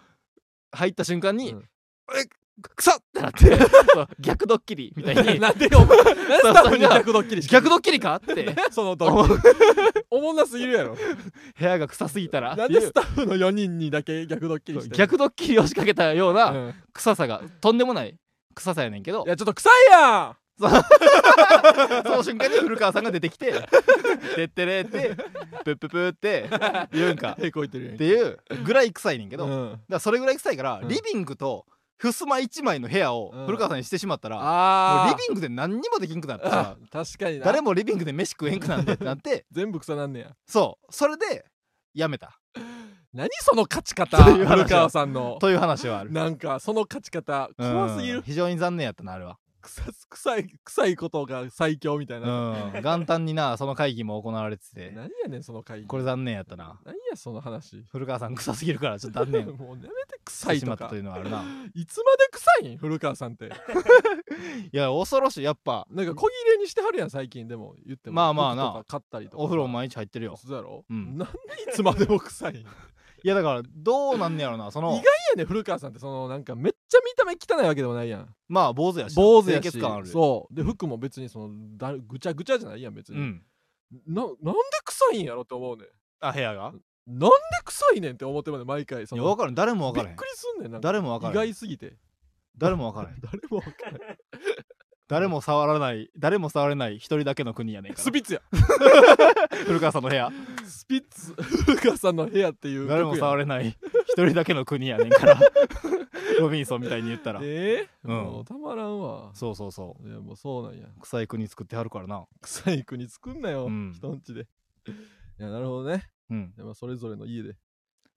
Speaker 1: 入った瞬間に
Speaker 2: うん
Speaker 1: 「えくさっ!」ってなって そう逆ドッキリみたいに
Speaker 2: なんでお前なんでスタッフに逆ドッキリして
Speaker 1: 逆ドッキリかって
Speaker 2: キリそのド
Speaker 1: 思
Speaker 2: ッ
Speaker 1: う
Speaker 2: キリ おもんなすぎるやろ
Speaker 1: 部屋が臭すぎたらって
Speaker 2: なん
Speaker 1: い
Speaker 2: で
Speaker 1: う
Speaker 2: スタッフの4人にだけ逆ドッキリ
Speaker 1: そ
Speaker 2: し
Speaker 1: う
Speaker 2: てんの
Speaker 1: 逆ドッキリを仕掛けたような
Speaker 2: うん
Speaker 1: 臭さがとんでもない臭さやねんけど
Speaker 2: いやちょっと臭いや
Speaker 1: その瞬間に古川さんが出てきて「てってれ」って「プッププ」って言うんか
Speaker 2: んへこいてるや
Speaker 1: っ
Speaker 2: ん
Speaker 1: ていうぐらい臭いねんけど、
Speaker 2: う
Speaker 1: だか
Speaker 2: ん
Speaker 1: らそれぐらい臭いから、
Speaker 2: うん
Speaker 1: リビングと襖一枚の部屋を
Speaker 2: うん
Speaker 1: 古川さんにしてしまったら、もう
Speaker 2: あ
Speaker 1: リビングで何にもできんくなってさ
Speaker 2: あ確かにな
Speaker 1: 誰もリビングで飯食えんくなんでってなって
Speaker 2: 全部臭なんねや
Speaker 1: そうそれでやめた
Speaker 2: 何その勝ち方
Speaker 1: そういう話
Speaker 2: 古川さんの
Speaker 1: という話はある
Speaker 2: なんかその勝ち方
Speaker 1: うん
Speaker 2: 怖すぎる
Speaker 1: 非常に残念やったなあれは
Speaker 2: 臭す臭い臭いことが最強みたいうな、
Speaker 1: ん元旦になその会議も行われてて
Speaker 2: 何やねんその会議
Speaker 1: これ残念やったな
Speaker 2: 何やその話
Speaker 1: 古川さん臭すぎるからちょっと残念
Speaker 2: もうやめて
Speaker 1: し
Speaker 2: 臭
Speaker 1: て
Speaker 2: い
Speaker 1: しま
Speaker 2: と
Speaker 1: った
Speaker 2: か
Speaker 1: というのはあるない
Speaker 2: つまで臭いん古川さんって
Speaker 1: いや恐ろしいやっぱ
Speaker 2: なんか小切れにしてはるやん最近でも言っても
Speaker 1: まあまあな
Speaker 2: 服とか買ったりとか
Speaker 1: お風呂毎日入ってるよ
Speaker 2: そうやろ、
Speaker 1: うん
Speaker 2: なんでいつまでも臭いんい
Speaker 1: いや
Speaker 2: や
Speaker 1: だからどうなんねやろなその
Speaker 2: 意外ね古川さんってそのなんかめっちゃ見た目汚いわけでもないやん
Speaker 1: まあ坊主やしな
Speaker 2: 坊主やし
Speaker 1: 清潔感あるで
Speaker 2: そうで服も別にそのだぐちゃぐちゃじゃないやん別に、
Speaker 1: うん
Speaker 2: ななんで臭いんやろって思うねん
Speaker 1: あ部屋が
Speaker 2: なんで臭いねんって思ってまで毎回そ
Speaker 1: いや
Speaker 2: の
Speaker 1: 分からん誰も分
Speaker 2: び
Speaker 1: からへ
Speaker 2: っ
Speaker 1: ん
Speaker 2: くりすんねんなんか
Speaker 1: 誰も分
Speaker 2: 意
Speaker 1: からへん
Speaker 2: 外すぎて
Speaker 1: 誰も 分からへん
Speaker 2: 誰もわからん
Speaker 1: 誰も触らない誰も触れない一人だけの国やねんか
Speaker 2: スピッツや
Speaker 1: ら古川さんの部屋
Speaker 2: スピッツ古川さんの部屋っていう
Speaker 1: 誰も触
Speaker 2: れ
Speaker 1: れない一人だけの国やねん からロビンソンみたいに言ったら
Speaker 2: ええ
Speaker 1: うん
Speaker 2: もうたまらんわ
Speaker 1: そうそうそ
Speaker 2: いやもうそうなんや
Speaker 1: う臭い国作ってはるからな
Speaker 2: 臭い国作んなよ、
Speaker 1: うん
Speaker 2: 人んちでいやなるほどね
Speaker 1: うん
Speaker 2: いやまあそれぞれの家で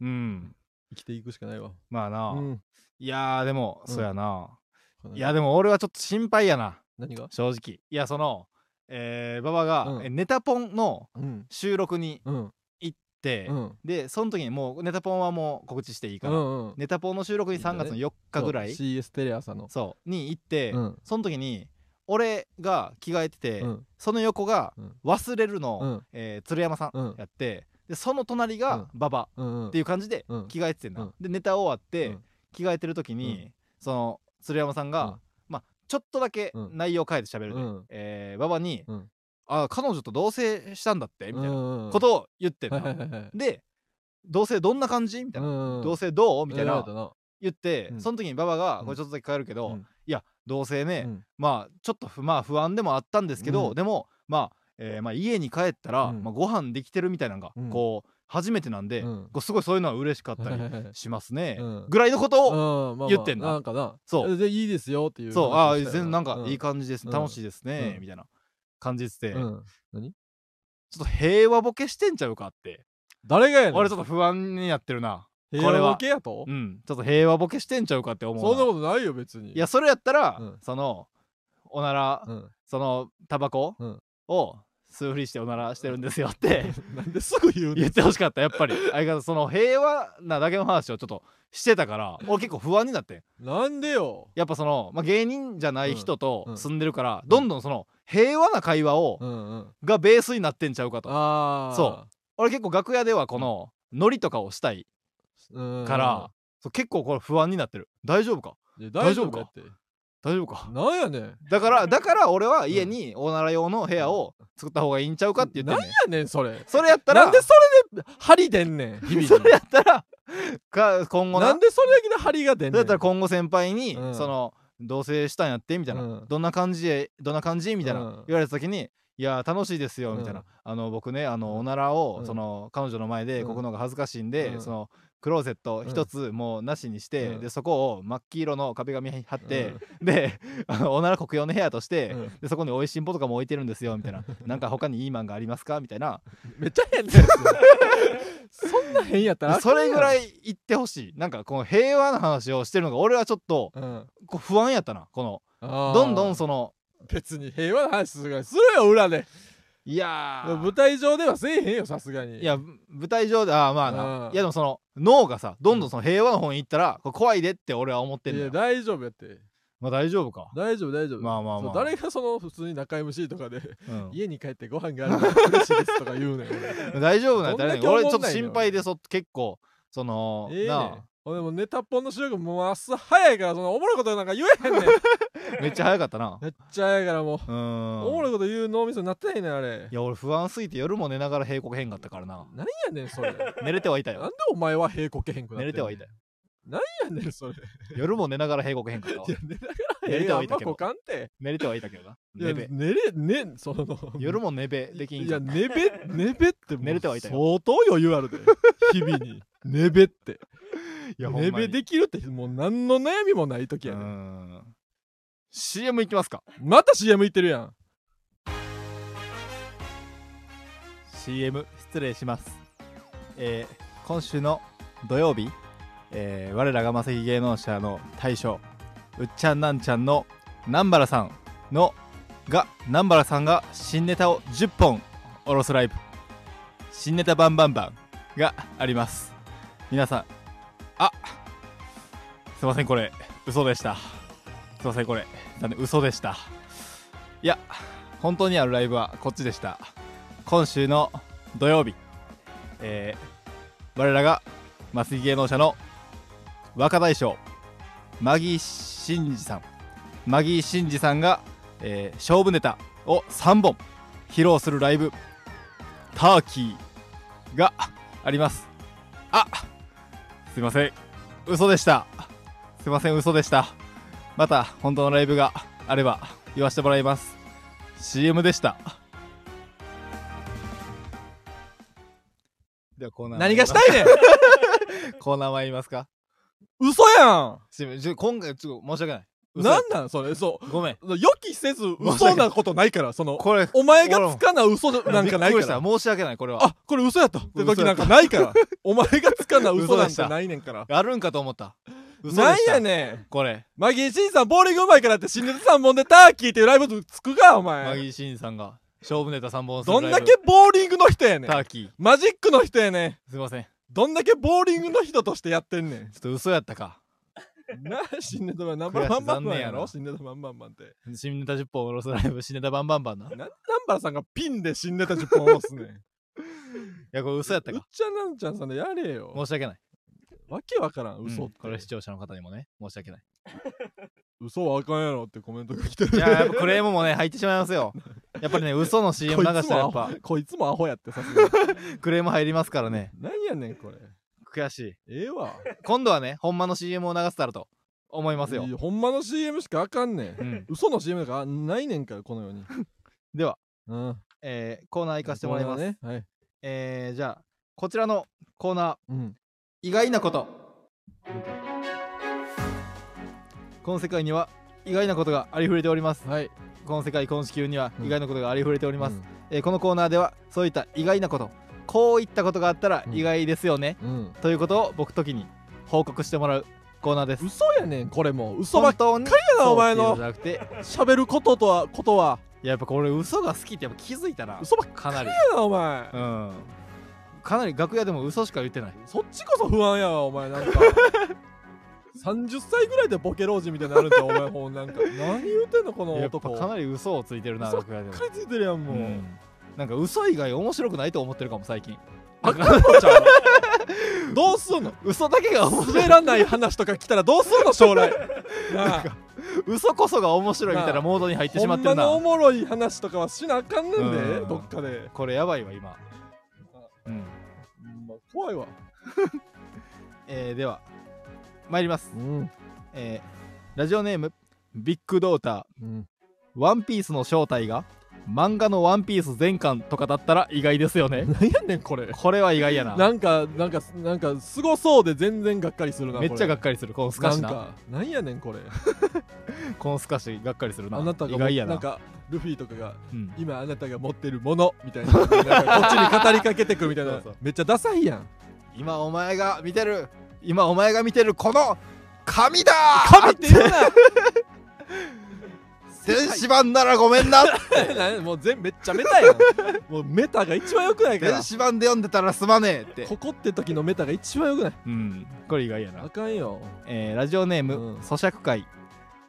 Speaker 1: うん
Speaker 2: 生きていくしかないわ
Speaker 1: まあな、
Speaker 2: うん
Speaker 1: いやーでも、
Speaker 2: うん
Speaker 1: そうやないやでも俺はちょっと心配やな
Speaker 2: 何が
Speaker 1: 正直いやそのえー、馬場が、
Speaker 2: うん
Speaker 1: えネタポンの
Speaker 2: うん
Speaker 1: 収録に
Speaker 2: うん
Speaker 1: 行って、
Speaker 2: うん
Speaker 1: でその時にもうネタポンはもう告知していいか
Speaker 2: う
Speaker 1: ら、
Speaker 2: んうん
Speaker 1: ネタポンの収録に3月の4日ぐらい
Speaker 2: そう CS テレ朝の
Speaker 1: そうに行って、
Speaker 2: うん
Speaker 1: その時に俺が着替えてて、
Speaker 2: うん
Speaker 1: その横が
Speaker 2: うん
Speaker 1: 「忘れるの」
Speaker 2: うん
Speaker 1: えー鶴山さん
Speaker 2: うん
Speaker 1: やってでその隣が
Speaker 2: う
Speaker 1: 馬場
Speaker 2: うんうん
Speaker 1: っていう感じで
Speaker 2: うん
Speaker 1: 着替えててんな、
Speaker 2: うん
Speaker 1: でネタ終わって、
Speaker 2: うん
Speaker 1: 着替えてる時に、
Speaker 2: う
Speaker 1: その鶴山さんが、
Speaker 2: うん
Speaker 1: まあちょっとだけ
Speaker 2: うん
Speaker 1: 内容変えて喋るで、
Speaker 2: うん
Speaker 1: えー馬場に、
Speaker 2: うん
Speaker 1: あ彼女と同棲したんだって」みたいな
Speaker 2: な
Speaker 1: ことを言ってんな、
Speaker 2: はいはいはいはい
Speaker 1: で「同棲どんな感じ?」みたいな「
Speaker 2: ど
Speaker 1: 同棲どう?」みたいな
Speaker 2: な
Speaker 1: 言って、
Speaker 2: うん
Speaker 1: その時に馬場が
Speaker 2: う
Speaker 1: 「
Speaker 2: ん
Speaker 1: これちょっとだけ変えるけど、
Speaker 2: うん
Speaker 1: いや同棲ね、
Speaker 2: うん
Speaker 1: まあちょっと不,、まあ、不安でもあったんですけど、
Speaker 2: うん
Speaker 1: でも、まあえーまあ、家に帰ったら、
Speaker 2: うん
Speaker 1: まあ、ご飯できてるみたいなのが、
Speaker 2: うん
Speaker 1: こう初めてなんで、
Speaker 2: うん
Speaker 1: こうすごいそういうのは嬉しかったり
Speaker 2: うん
Speaker 1: しますね、
Speaker 2: うん
Speaker 1: ぐらいのことを、
Speaker 2: うんまあまあ
Speaker 1: 言ってんな
Speaker 2: なんかな
Speaker 1: そう
Speaker 2: でいいですよっていう
Speaker 1: そうああ
Speaker 2: 話を
Speaker 1: 全
Speaker 2: したよ
Speaker 1: 然なんかいい
Speaker 2: か
Speaker 1: 感じです、
Speaker 2: うん
Speaker 1: 楽しいですね、
Speaker 2: うん
Speaker 1: みたいな感じっつって、
Speaker 2: うん
Speaker 1: ちょっと平和ボケしてんちゃうかって
Speaker 2: 誰がやねん
Speaker 1: 俺ちょっと不安になってるな
Speaker 2: 平
Speaker 1: これ
Speaker 2: 和
Speaker 1: は
Speaker 2: ボケやと
Speaker 1: うんちょっと平和ボケしてんちゃうかって思うな
Speaker 2: そんなことないよ別に
Speaker 1: いやそれやったら、
Speaker 2: うん
Speaker 1: そのおなら、
Speaker 2: うん
Speaker 1: そのタバコ
Speaker 2: うん
Speaker 1: を吸うふりしておならしてるんですよって
Speaker 2: なんですぐ言う
Speaker 1: 言
Speaker 2: ね
Speaker 1: ってほしかったやっぱり相方その平和なだけの話をちょっとしてたから俺結構不安になってん
Speaker 2: んなんでよ
Speaker 1: やっぱその、まあ、芸人じゃない人
Speaker 2: うんう
Speaker 1: と
Speaker 2: ん
Speaker 1: 住んでるから、どんどんその平和な会話を、
Speaker 2: うんうん
Speaker 1: がベースになってんちゃうかと
Speaker 2: ああ
Speaker 1: そ俺結構楽屋ではこのノリとかをしたい
Speaker 2: うん
Speaker 1: から、そう結構これ不安になってる大丈夫か
Speaker 2: いや
Speaker 1: 大
Speaker 2: 大
Speaker 1: 丈夫
Speaker 2: 丈夫
Speaker 1: か
Speaker 2: かって
Speaker 1: 大丈夫か
Speaker 2: なんやねん
Speaker 1: だからだから俺は家におなら用の部屋を作った方がいいんちゃうかって言ってんねん
Speaker 2: なんやねんそれ
Speaker 1: それやったら
Speaker 2: なんでそれで針出ん ねん日
Speaker 1: そ
Speaker 2: 々
Speaker 1: れやったらか今
Speaker 2: に
Speaker 1: 後な
Speaker 2: なんでそれだけで針が出んねん
Speaker 1: だったら今後先輩に、
Speaker 2: うん
Speaker 1: その同棲したんやってみたいな、
Speaker 2: うん
Speaker 1: どんな感じでどんな感じみたいな、
Speaker 2: うん
Speaker 1: 言われた時に「いや楽しいですよ」
Speaker 2: うん
Speaker 1: みたいな、あの僕ねあのおならを、
Speaker 2: うん
Speaker 1: その彼女の前で
Speaker 2: うん
Speaker 1: こくのが恥ずかしいんで、
Speaker 2: うん
Speaker 1: そのクローゼット
Speaker 2: うん
Speaker 1: 一つもうなしにして、
Speaker 2: うん
Speaker 1: でそこを真っ黄色の壁紙貼って、であのおなら黒用の部屋として、
Speaker 2: うん
Speaker 1: でそこに美味しいんぼとかも置いてるんですよみたい な「なんか他にいいマンがありますか?」みたいな
Speaker 2: めっちゃ変なやつ そんな変やったらあかん
Speaker 1: それぐら
Speaker 2: や
Speaker 1: い言ってほしいなんかこの平和な話をしてるのが俺はちょっと
Speaker 2: ん、うん
Speaker 1: こう不安やったなこの
Speaker 2: あー
Speaker 1: どんどんその
Speaker 2: 別に平和な話するからするよ裏で
Speaker 1: いやー
Speaker 2: 舞台上ではせえへんよさすがに
Speaker 1: いや舞台上でああまあな
Speaker 2: うん
Speaker 1: いやでもその脳がさどんどんその平和の方に行ったらこれ怖いでって俺は思ってん
Speaker 2: い
Speaker 1: だ
Speaker 2: や
Speaker 1: よ
Speaker 2: 大丈夫やって
Speaker 1: まあ大丈夫か、
Speaker 2: 大丈夫大丈夫
Speaker 1: まあまあまあ
Speaker 2: そう誰がその普通に仲 MC とかで
Speaker 1: うん
Speaker 2: 家に帰ってご飯があるから嬉しいですとか言うねん俺
Speaker 1: 大丈夫 なんやったらね
Speaker 2: どんだけ思ん
Speaker 1: 俺
Speaker 2: ない
Speaker 1: ち
Speaker 2: の
Speaker 1: ょっと心配でそ結構その、
Speaker 2: ええねん
Speaker 1: な
Speaker 2: 俺もうネタっぽんの収録もう朝早いからそのおもろいことなんか言えへ んねん
Speaker 1: あめっちゃ早かったな
Speaker 2: めっちゃ早いからもう
Speaker 1: うーん
Speaker 2: おもろいこと言う脳みそになってないねんあれ
Speaker 1: いや俺不安すぎて夜も寝ながら閉国変かったからな
Speaker 2: 何やねん それな
Speaker 1: 寝れてはいた
Speaker 2: ん
Speaker 1: よ
Speaker 2: でお前は平こけへんくなっ
Speaker 1: 寝れ
Speaker 2: てん
Speaker 1: てはいた
Speaker 2: ね
Speaker 1: よ
Speaker 2: ん何やねんそれ
Speaker 1: 夜も寝ながら閉国変かったわ
Speaker 2: いや寝ながら
Speaker 1: 寝れてはい
Speaker 2: い
Speaker 1: た
Speaker 2: やあん
Speaker 1: けど
Speaker 2: まこかんて
Speaker 1: 寝れてはいたけどない
Speaker 2: や
Speaker 1: 寝べ
Speaker 2: 寝れねその
Speaker 1: 夜も寝べできん
Speaker 2: い
Speaker 1: か
Speaker 2: や
Speaker 1: った
Speaker 2: 寝べ寝べっても う
Speaker 1: 寝れてはいたよ
Speaker 2: 相当余裕あるで日々に寝べって
Speaker 1: いやほんま
Speaker 2: 寝
Speaker 1: に
Speaker 2: べできるってもう何の悩みもない時や
Speaker 1: うー
Speaker 2: ねん
Speaker 1: ん CM いきますか
Speaker 2: また CM 行ってるやん
Speaker 1: CM 失礼します、えー今週の土曜日、えー我らがマセキ芸能者の大将うっちゃんなんちゃんの南原さんのが南原さんが新ネタを10本おろすライブ新ネタバンバンバンがあります皆さんあすいませんこれ嘘でしたすいませんこれ残念嘘でしたいや本当にあるライブはこっちでした今週の土曜日、えー我らがマスギ芸能者の若大将マギー真二さんマギー真二さんが、えー勝負ネタを3本披露するライブ「ターキー」がありますあすいません嘘でしたすいません嘘でしたまた本当のライブがあれば言わせてもらいます CM でしたではコーナー
Speaker 2: 何がしたいねん
Speaker 1: コーナー参りますか
Speaker 2: 嘘やん
Speaker 1: すいませんちょ今回ちょっと申し訳ない嘘や
Speaker 2: なんなんそれそう
Speaker 1: ごめん
Speaker 2: 予期せず嘘なことないからその
Speaker 1: これ
Speaker 2: お前がつかな嘘なんかな
Speaker 1: びっ
Speaker 2: い
Speaker 1: く
Speaker 2: か
Speaker 1: りした
Speaker 2: ら
Speaker 1: 申し訳ないこれは
Speaker 2: あこれ嘘やったって時なんかないからお前がつかな嘘なんかないねんから
Speaker 1: あるんかと思った嘘で
Speaker 2: なん
Speaker 1: した
Speaker 2: やねん
Speaker 1: これ
Speaker 2: マギー・シンさんボーリングうまいからって新ネタ3本でターキーっていうライブつくかお
Speaker 1: マギ
Speaker 2: 前
Speaker 1: ーシンさんが勝負ネタ3本する
Speaker 2: ど
Speaker 1: ラ
Speaker 2: ん
Speaker 1: イブ
Speaker 2: だけボーリングの人やねん
Speaker 1: ターキ
Speaker 2: マジックの人やねん
Speaker 1: ーすいませんちょ
Speaker 2: どんだけボーリングの人としてやってんねん
Speaker 1: っと嘘やったか
Speaker 2: なあ新ネタマンナンバーマンマンマンや
Speaker 1: 悔
Speaker 2: ろ
Speaker 1: し
Speaker 2: 新ネタマンマンマンって
Speaker 1: 新ネタ10本おろすライブ新ネタバンバンバンない
Speaker 2: なんでナンバーさんがピンで新ネタ10本 押すねん
Speaker 1: やこれ嘘やった
Speaker 2: うっ
Speaker 1: か
Speaker 2: ちゃんなんちゃんさんでやれよ
Speaker 1: 申し訳ない
Speaker 2: わけわからん
Speaker 1: うん
Speaker 2: 嘘って、
Speaker 1: これ視聴者の方にもね申し 訳ない
Speaker 2: 嘘はあかんやろってコメントが来てる
Speaker 1: いややっぱクレームもね入ってしまいますよやっぱりね嘘の CM
Speaker 2: こ
Speaker 1: 流
Speaker 2: い
Speaker 1: し
Speaker 2: つ
Speaker 1: たら
Speaker 2: も
Speaker 1: や
Speaker 2: ア
Speaker 1: っぱ
Speaker 2: ホこいつもアホやってさすがに
Speaker 1: クレーム入りますからね
Speaker 2: 何やねんこれ
Speaker 1: 悔しい
Speaker 2: ええわ
Speaker 1: 今度はねほんまの CM を流せたらと思いますよ
Speaker 2: いやほんまの CM しかあかんねん
Speaker 1: うん
Speaker 2: 嘘の CM がないねんからこのように
Speaker 1: では、
Speaker 2: うん、
Speaker 1: えーコーナー行かせてもらいます、
Speaker 2: ねはい、
Speaker 1: えーじゃあこちらのコーナー
Speaker 2: うん、
Speaker 1: 意外なことこの世界には意外なことがありふれております
Speaker 2: はい
Speaker 1: この世界この地球には
Speaker 2: うん
Speaker 1: 意外なことがありふれております、
Speaker 2: うん
Speaker 1: えーこのコーナーではそういった意外なことこういったことがあったら
Speaker 2: うん
Speaker 1: 意外ですよね、
Speaker 2: うん、
Speaker 1: ということを僕時に報告してもらうコーナーです
Speaker 2: 嘘やねんこれも嘘
Speaker 1: 本
Speaker 2: ばっか
Speaker 1: 当に
Speaker 2: りやなお前
Speaker 1: そう
Speaker 2: の
Speaker 1: っていうじゃなくて
Speaker 2: 喋ることとはことはい
Speaker 1: ややっぱこれ嘘が好きってやっぱ気づいたら
Speaker 2: 嘘ばっ
Speaker 1: かなり
Speaker 2: やなお前
Speaker 1: うんかなり楽屋でも嘘しか言ってない
Speaker 2: そっちこそ不安やわお 前なんか30歳ぐらいでボケ老人みたいになるんじゃんお前ほんなんか何言うてんのこの
Speaker 1: やっぱ
Speaker 2: 男
Speaker 1: かなり嘘をついてるな
Speaker 2: 嘘
Speaker 1: 楽屋でも
Speaker 2: ばっかりついてるやんもう、
Speaker 1: うんなんか嘘以外面白くないと思ってるかも最近
Speaker 2: あかんのちゃうどうすんの
Speaker 1: 嘘だけが面白い
Speaker 2: 滑らない話とか来たらどうすんの将 来なあ
Speaker 1: 嘘こそが面白いみたいなモードに入ってしまってるな
Speaker 2: ほんまのおもろい話とかはしなあかんねんで
Speaker 1: うん
Speaker 2: どっかで、
Speaker 1: これやばいわ今、うん
Speaker 2: まあ怖いわ
Speaker 1: えーでは参ります、
Speaker 2: うん、
Speaker 1: えーラジオネームビッグドータ
Speaker 2: うん、
Speaker 1: ーワンピースの正体が漫画のワンピース全巻とかだったら意外ですよね
Speaker 2: 何やねんこれ
Speaker 1: これは意外やな
Speaker 2: なんかなんかなんかすごそうで全然がっかりするな
Speaker 1: めっちゃが
Speaker 2: が
Speaker 1: っかりするこのスカシ
Speaker 2: なん
Speaker 1: な
Speaker 2: か何やねんこれ
Speaker 1: このスカシがっかりするな
Speaker 2: あなたが
Speaker 1: 意外や
Speaker 2: な
Speaker 1: なん
Speaker 2: かルフィとかが
Speaker 1: うん
Speaker 2: 今あなたが持ってるものみたいななんかこっちに語りかけてくるみたいな
Speaker 1: そうそう
Speaker 2: めっちゃダサいやん
Speaker 1: 今お前が見てる今お前が見てるこの紙だ
Speaker 2: 神って言うな
Speaker 1: 電子版ならごめん な
Speaker 2: 何もう全めっちゃメタやん もうメタが一番よくないから
Speaker 1: 電子版で読んでたらすまねえって
Speaker 2: ここって時のメタが一番よくない
Speaker 1: うんこれ意外や
Speaker 2: あ
Speaker 1: な、
Speaker 2: かんよ
Speaker 1: えーラジオネーム、
Speaker 2: うん
Speaker 1: 咀嚼会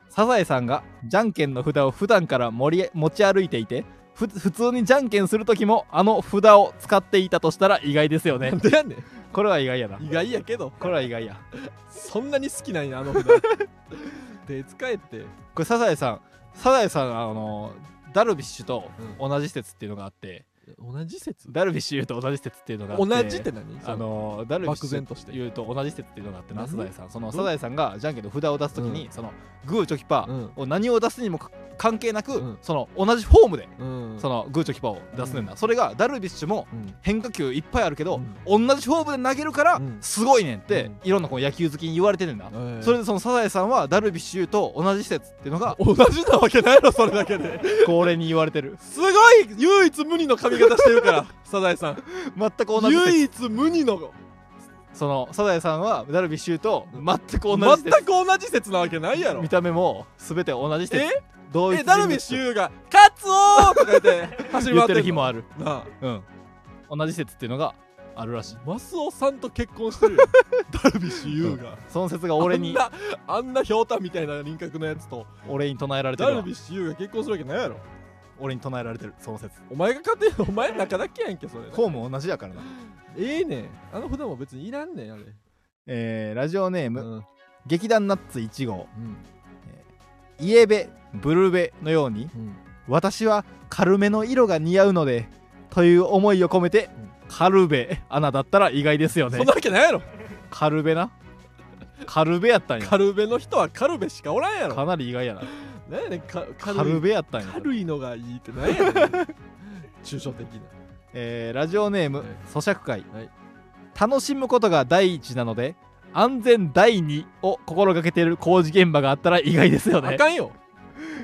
Speaker 1: サザエさんがじゃんけんの札を普段から盛り持ち歩いていてふ普通にじゃんけんする時もあの札を使っていたとしたら意外ですよね
Speaker 2: なんでやね
Speaker 1: これは意外やなん
Speaker 2: 意外やけど
Speaker 1: これは意外や
Speaker 2: そんなに好きなんやあの札手使えって
Speaker 1: これサザエさんサザエさんあのダルビッシュと同じ説っていうのがあって、
Speaker 2: 同じ説
Speaker 1: ダルビッシュと同じ説っていうのがあって
Speaker 2: 同じって何
Speaker 1: あのダルビッシ
Speaker 2: 漠然
Speaker 1: ュ
Speaker 2: と
Speaker 1: と
Speaker 2: して
Speaker 1: 言うと同じ説っていうのがあってな
Speaker 2: 何
Speaker 1: サザエさんその
Speaker 2: どう
Speaker 1: サザエさんがじゃんけんの札を出すときに、そのグーチョキパ
Speaker 2: うん
Speaker 1: ーを何を出すにもか関係なく、
Speaker 2: うん
Speaker 1: その同じフォームで、
Speaker 2: うん
Speaker 1: そのグーチョキパーを出すねんな、それがダルビッシュも
Speaker 2: うん
Speaker 1: 変化球いっぱいあるけど、同じフォームで投げるから
Speaker 2: うん
Speaker 1: すごいねんって、
Speaker 2: うん
Speaker 1: いろんなこう野球好きに言われてんねんな、
Speaker 2: ええ
Speaker 1: それでそのサザエさんはダルビッシュと同じ説っていうのが
Speaker 2: 同じなわけないやろそれだけで
Speaker 1: 恒例に言われてる
Speaker 2: すごい 唯一無二の髪型してるからサザエさん
Speaker 1: 全く同じ説
Speaker 2: 唯一無二の
Speaker 1: そのサザエさんはダルビッシュと全く同じ
Speaker 2: 全
Speaker 1: 説
Speaker 2: く同じ説なわけないやろ
Speaker 1: 見た目も全て同じ説
Speaker 2: え
Speaker 1: 同一
Speaker 2: えダルビッシ
Speaker 1: ュ
Speaker 2: ュ有が「カツオ!」とか言って走り
Speaker 1: 言っ
Speaker 2: 回って
Speaker 1: て
Speaker 2: る
Speaker 1: る日もある
Speaker 2: なあ
Speaker 1: うん同じ説っていうのがあるらしい
Speaker 2: マスオさんと結婚してるよダルビッシュ有が
Speaker 1: その説が俺に
Speaker 2: あんなあんなひょうたんみたいな輪郭のやつと
Speaker 1: 俺に唱えられて
Speaker 2: ダ
Speaker 1: る
Speaker 2: ル
Speaker 1: わ
Speaker 2: ビッシュ有が結婚するわけないやろ
Speaker 1: 俺に唱えられてるその説
Speaker 2: お前が勝手にお前の中だけやんけそれ
Speaker 1: フォーム同じやからな
Speaker 2: ええねんあの札も別にいらんねんあれ
Speaker 1: えー、ラジオネー
Speaker 2: う
Speaker 1: ム、
Speaker 2: ん
Speaker 1: 劇団ナッツ1号
Speaker 2: うん
Speaker 1: イエベブルベのように
Speaker 2: うん
Speaker 1: 私は軽めの色が似合うのでという思いを込めて、
Speaker 2: うん
Speaker 1: カルベアナだったら意外ですよ
Speaker 2: そ
Speaker 1: ね
Speaker 2: んなわけないやろ
Speaker 1: カルベなカルベやったんや
Speaker 2: カルベの人はカルベしかおらんやろ
Speaker 1: かなり意外やな
Speaker 2: なんやねんか
Speaker 1: カル
Speaker 2: 軽い
Speaker 1: ベやったんや
Speaker 2: 軽いのがいいってなん やねん抽象的な
Speaker 1: えーラジオネーム、
Speaker 2: はい
Speaker 1: 咀嚼会、
Speaker 2: はい
Speaker 1: 楽しむことが第一なので安全第二を心がけている工事現場があったら意外ですよ
Speaker 2: あ
Speaker 1: ね
Speaker 2: かんよ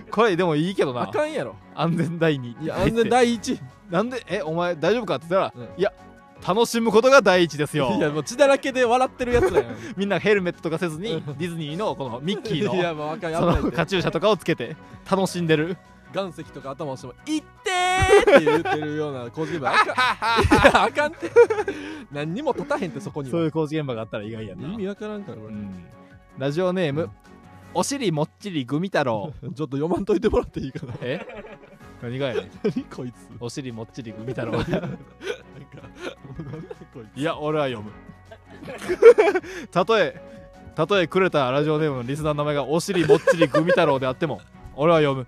Speaker 1: これでもいいけど
Speaker 2: あ
Speaker 1: な
Speaker 2: かんやろ
Speaker 1: 安全第二
Speaker 2: いや安全第一い
Speaker 1: なんでえお前大丈夫かって言ったら、
Speaker 2: う
Speaker 1: いや楽しむことが第一ですよ
Speaker 2: やもう血だらけで笑ってるやつだよ
Speaker 1: みんなヘルメットとかせずにディズニーのこのミッキー
Speaker 2: いや
Speaker 1: の
Speaker 2: もうあかんや
Speaker 1: そ
Speaker 2: ばいっ
Speaker 1: の
Speaker 2: て
Speaker 1: カチューシャとかをつけて楽しんでる
Speaker 2: 岩石とか頭をしても「いってー!」って言ってるような工事現 場あかんいやあかんって何にも立たへんってそこには
Speaker 1: そういう工事現場があったら意外やな
Speaker 2: 意味わからんからこ
Speaker 1: う
Speaker 2: れ、
Speaker 1: んラジオネーム、お尻もっちりグミ太 郎
Speaker 2: ちょっと読まんといてもらっていいかな
Speaker 1: え何がやねん
Speaker 2: 何こいつ
Speaker 1: お尻もっちりグミ 太郎
Speaker 2: なんか何こい
Speaker 1: いや俺は読む たとえたとえくれたラジオネームのリスナーの名前がお尻もっちりグミ太郎であっても俺は読む